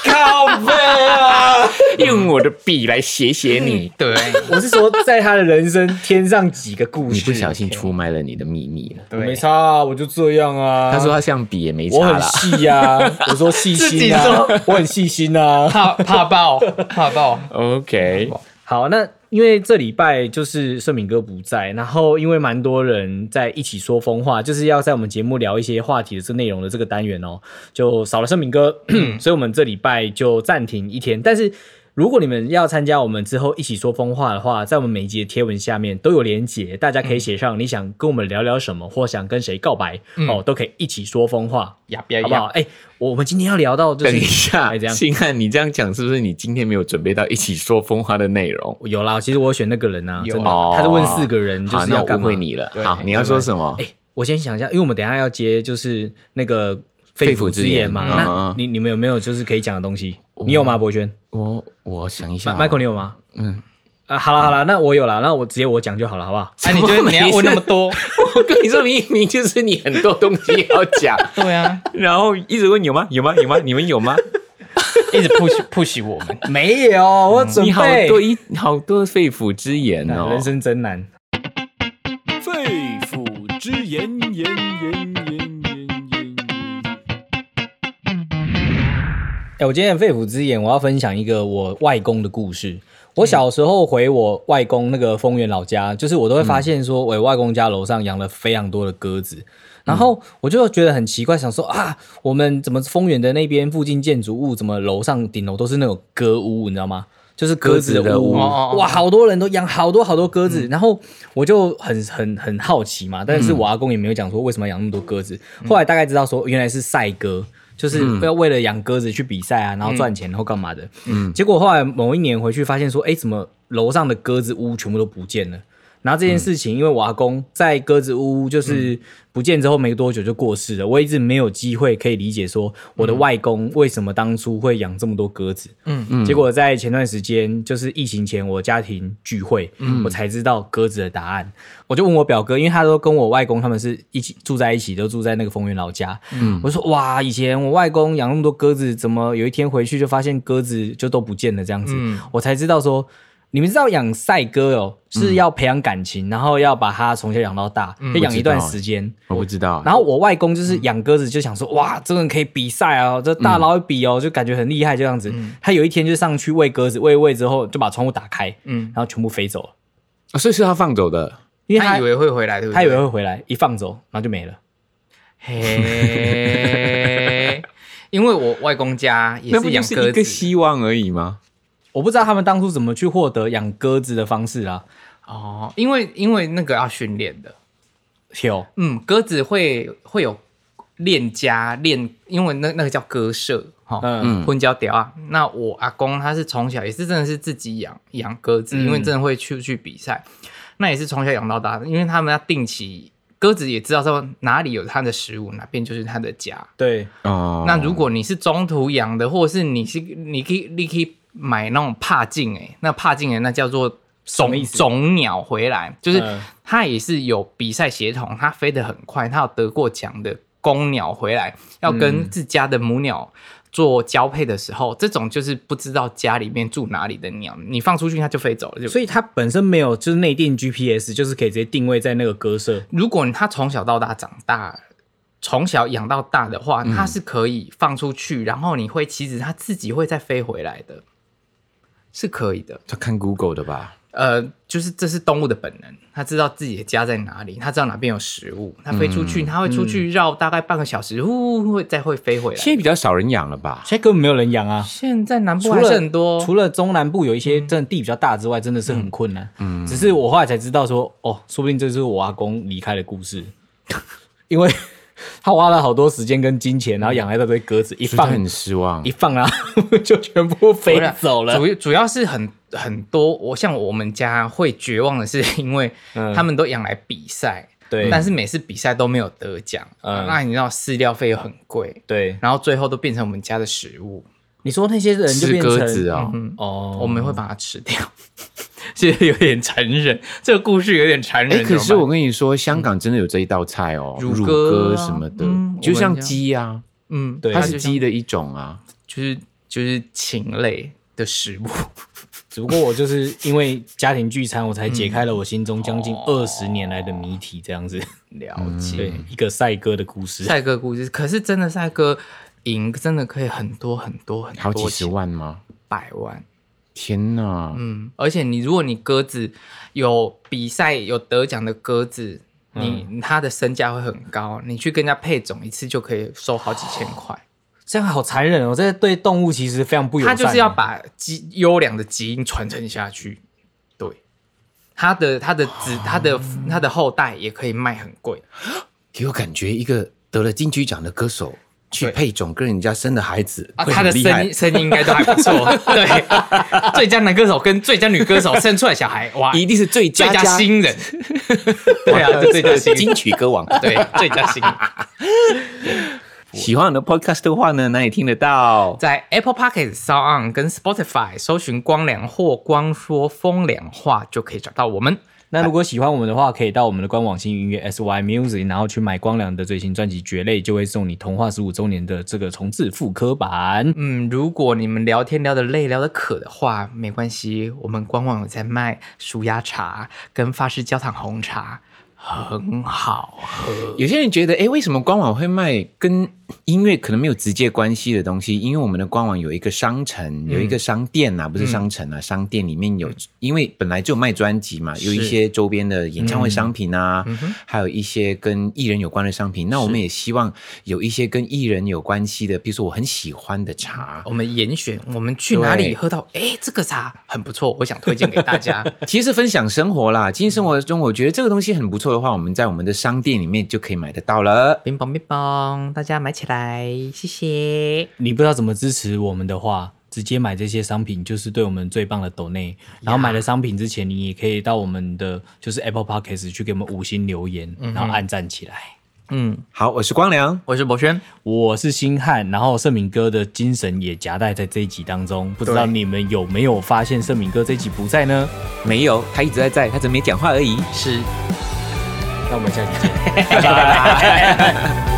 S4: 靠背啊！
S2: 用我的笔来写写你。
S3: 对，
S4: 我是说，在他的人生添上几个故
S2: 你
S4: 事，
S2: 不小心出卖了你的秘密了。
S4: 我没差、啊，我就这样啊。
S2: 他说他像笔也没
S4: 我
S2: 差
S4: 很
S2: 啦。
S4: 细呀、我说细心啊，
S3: 自己说
S4: 我很细心啊。
S3: 怕怕爆，怕爆，
S2: OK，
S4: 嗯好，那因为这礼拜就是盛敏哥不在，然后因为蛮多人在一起说疯话，就是要在我们节目聊一些话题的这内容的这个单元哦，就少了盛敏 哥，所以我们这礼拜就暂停一天。但是如果你们要参加我们之后一起说疯话的话，在我们每一集的贴文下面都有连结，大家可以写上你想跟我们聊聊什么，或想跟谁告白、哦，都可以一起说疯话，
S3: 呀呀
S4: 好不好？
S3: 呀！
S4: 哎、我们今天要聊到就是
S2: 等一下
S4: 哎，这样。
S2: 星汉，你这样讲是不是你今天没有准备到一起说风花的内容？
S4: 有啦，其实我有选那个人啊，
S3: 有
S4: 真的，
S2: 哦
S4: 他是问四个人，就
S2: 好，
S4: 是
S2: 那
S4: 要
S2: 我
S4: 干
S2: 误
S4: 嘛
S2: 会。你了
S3: 对。
S2: 好，你要说什么
S4: 哎、？我先想一下，因为我们等一下要接就是那个肺
S2: 肺
S4: 腑
S2: 腑
S4: 之
S2: 之
S4: 言
S2: 言
S4: 嘛，
S2: 嗯嗯
S4: 那
S2: 嗯
S4: 你你们有没有就是可以讲的东西？你有吗，博轩
S2: 我我想一下啊。
S4: ？Ma- Michael，你有吗？
S2: 嗯，
S4: 啊，好了好了，那我有了，那我直接我讲就好了，好不好？
S3: 哎，你觉得你要问那么 多？
S2: 我跟你说，明明就是你很多东西要讲，
S3: 对啊，
S2: 然后一直问有吗？有吗？有吗？你们有吗？
S3: 一直 push push 我们。
S4: 没有，我准
S2: 嗯你好多一好多肺腑之言哦，
S4: 人生真难。
S1: 肺腑之言，言言言言言言。
S4: 哎、我今天的肺腑之言，我要分享一个我外公的故事。我小时候回我外公那个丰原老家，就是我都会发现
S2: 嗯
S4: 说，我外公家楼上养了非常多的鸽子，然后我就觉得很奇怪，想说啊，我们怎么丰原的那边附近建筑物，怎么楼上顶楼都是那种鸽屋，你知道吗？就是鸽子
S2: 鸽子
S4: 的
S2: 的
S4: 屋，嗯
S2: 屋
S3: 哦哦哦
S4: 哇，好多人都养好多好多鸽子，然后我就很很很嗯好奇嘛，但是我阿公也没有讲说为什么要养那么多鸽子，后来大概知道说原来是赛鸽，就是要为了养鸽子去比赛啊，然后赚钱，然后干嘛的。嗯，结果后来某一年回去发现说，哎，怎么楼上的鸽子屋全部都不见了？然后这件事情，因为我阿公在鸽子屋就是不见之后没多久就过世了，我一直没有机会可以理解说我的外公为什么当初会养这么多鸽子。嗯嗯。结果在前段时间，就是疫情前，我家庭聚会，我才知道鸽子的答案。我就问我表哥，因为他都跟我外公他们是一起住在一起，都住在那个丰原老家。嗯，我就说哇，以前我外公养那么多鸽子，怎么有一天回去就发现鸽子就都不见了这样子？我才知道说。你们知道养赛鸽哦，是要培养感情，然后要把它从小养到大，要养一段时间。
S2: 我不知道啊，
S4: 然后我外公就是养鸽子，就想说、哇，这个人可以比赛哦，这大佬一比哦，就感觉很厉害这样子。他有一天就上去喂鸽子，喂一喂之后就把窗户打开，
S3: 嗯
S4: 然后全部飞走了，
S2: 啊所以是他放走的。
S4: 因为
S3: 他
S4: 他
S3: 以为会回来，对不对？
S4: 他以为会回来，一放走然后就没了。
S3: 嘿，因为我外公家也
S2: 那不
S3: 是
S2: 就
S3: 养
S2: 是
S3: 鸽
S2: 一个
S3: 子
S2: 希望而已吗？
S4: 我不知道他们当初怎么去获得养鸽子的方式啊。
S3: 哦，因为因为那个要训练的，
S4: 有，
S3: 嗯，鸽子会会有练家练，因为那那个叫鸽舍哈，
S4: 嗯
S3: 嗯，混交屌啊。那我阿公他是从小也是真的是自己养养鸽子，因为真的会去去比赛，那也是从小养到大的，因为他们要定期。鸽子也知道说哪里有它的食物，哪边就是它的家。
S4: 对，
S2: 哦，
S3: 那如果你是中途养的，或者是你是你可以你可以买那种帕镜哎、那帕镜哎、那叫做
S4: 什么
S3: 种
S4: 意思
S3: 种鸟回来，就是
S4: 嗯
S3: 它也是有比赛协同，它飞得很快，它有得过奖的公鸟回来，要
S4: 嗯
S3: 跟自家的母鸟。做交配的时候，这种就是不知道家里面住哪里的鸟，你放出去它就飞走了。就
S4: 所以它本身没有就是内定 GPS，就是可以直接定位在那个鸽舍。
S3: 如果它从小到大长大，从小养到大的话，它是可以放出去，然后你会其实它自己会再飞回来的，是可以的。
S2: 他看 Google 的吧？
S3: 呃，就是这是动物的本能，它知道自己的家在哪里，它知道哪边有食物，它飞出去，它会出去绕大概半个小时，呼会再会飞回来。
S2: 现在比较少人养了吧？
S4: 现在根本没有人养啊。
S3: 现在南部
S4: 除
S3: 还
S4: 了
S3: 是很多，嗯
S4: 除了中南部有一些真的地比较大之外，真的是很困难。嗯，只是我后来才知道说，哦，说不定这就是我阿公离开的故事， 因为他花了好多时间跟金钱，然后养了一大堆鸽子，一
S2: 所以他
S4: 放
S2: 很失望
S4: 一。放啊， 就全部飞走了
S3: 主。要主要是很很多，我像我们家会绝望的是，因为
S4: 嗯
S3: 他们都养来比赛，
S4: 对
S3: 但是每次比赛都没有得奖，
S4: 嗯
S3: 那你知道饲料费又很贵，
S4: 对，
S3: 然后最后都变成我们家的食物，
S4: 你说那些人就
S2: 吃
S4: 变
S2: 鸽子
S4: 成
S2: 啊？
S4: 哦，
S3: 我们会把它吃掉， 其实有点残忍，这个故事有点残
S2: 哎，
S3: 忍。
S2: 可是
S3: 怎么
S2: 我
S3: 办
S2: 跟你说，香港真的有这一道菜哦，
S3: 乳鸽
S2: 乳
S3: 啊
S2: 鸽什么的
S3: 嗯，
S2: 就
S3: 我
S2: 像
S3: 们家
S2: 鸡啊，
S3: 嗯，
S4: 对
S2: 它
S3: 它
S2: 是鸡的一种啊。
S3: 就是就是禽类的食物，
S4: 只不过我就是因为家庭聚餐，我才
S3: 嗯
S4: 解开了我心中将近
S3: 哦
S4: 二十年来的谜题，这样子。
S3: 了
S4: 对
S3: 解。，
S4: 一个赛鸽的故事。
S3: 嗯赛鸽故事，可是真的赛鸽赢真的可以很多很多很多
S2: 好几十
S3: 钱
S2: 万吗？
S3: 百万。
S2: 天哪！
S3: 嗯，而且你如果你鸽子有比赛有得奖的鸽子，
S2: 嗯
S3: 你它的身价会很高，你去跟人家配种一次就可以收好几千块。
S4: 这样好残忍哦！这对动物其实非常不友
S3: 它
S4: 善。欸
S3: 就是要把基优良的基因传承下去，对，它的它的子它的
S2: 嗯
S3: 它的后代也可以卖很贵。
S2: 给我感觉一个得了金曲奖的歌手去
S3: 对
S2: 配种跟人家生的孩子，
S3: 啊，
S2: 会
S3: 他
S2: 很
S3: 的
S2: 厉
S3: 声
S2: 害
S3: 音声音应该都 还不错，对，最佳男歌手跟最佳女歌手生出来小孩，哇，
S2: 一定是最
S3: 最
S2: 佳
S3: 佳新人，对 啊，就最佳新人，
S2: 金曲歌王。
S3: 对，最佳新人。
S2: 喜欢我的 podcast 的话呢，哪里听得到？
S3: 在 Apple p o c k e t s o n 跟 Spotify 搜寻“光良”或“光说风凉话”就可以找到我们。
S4: 那如果喜欢我们的话，可以到我们的官网新音乐 SY Music，然后去买光良的最新专辑《蕨类》，就会送你《童话十五周年》的这个重置复刻版。
S3: 嗯，如果你们聊天聊得累、聊得渴的话，没关系，我们官网有在卖舒压茶跟法式焦糖红茶，很好喝。
S2: 有些人觉得，哎，为什么官网会卖跟音乐可能没有直接关系的东西？因为我们的官网有一个商城，有一个商店啊，不是商城啊，商店里面有，因为本来就有卖专辑嘛，有一些周边的演唱会商品啊，还有一些跟艺人有关的商品。那我们也希望有一些跟艺人有关系的，比如说我很喜欢的茶，
S3: 我们严选，我们去哪里
S2: 对
S3: 喝到？哎，这个茶很不错，我想推荐给大家。
S2: 其实是分享生活啦，经济生活中我觉得这个东西很不错的话，我们在我们的商店里面就可以买得到了。
S3: 冰棒冰棒，大家买起来，谢谢。
S4: 你不知道怎么支持我们的话，直接买这些商品就是对我们最棒的抖内。然后买了商品之前，你也可以到我们的就是 Apple Podcast 去给我们五星留言，然后按赞起来。
S3: 嗯，
S2: 好，我是光良，
S3: 我是博轩，
S4: 我是星汉，然后盛敏哥的精神也夹带在这一集当中。不知道你们有没有发现盛敏哥这一集不在呢？
S2: 没有，他一直在在，他只是没讲话而已。
S3: 是
S4: 那我们下集见。
S3: 拜拜。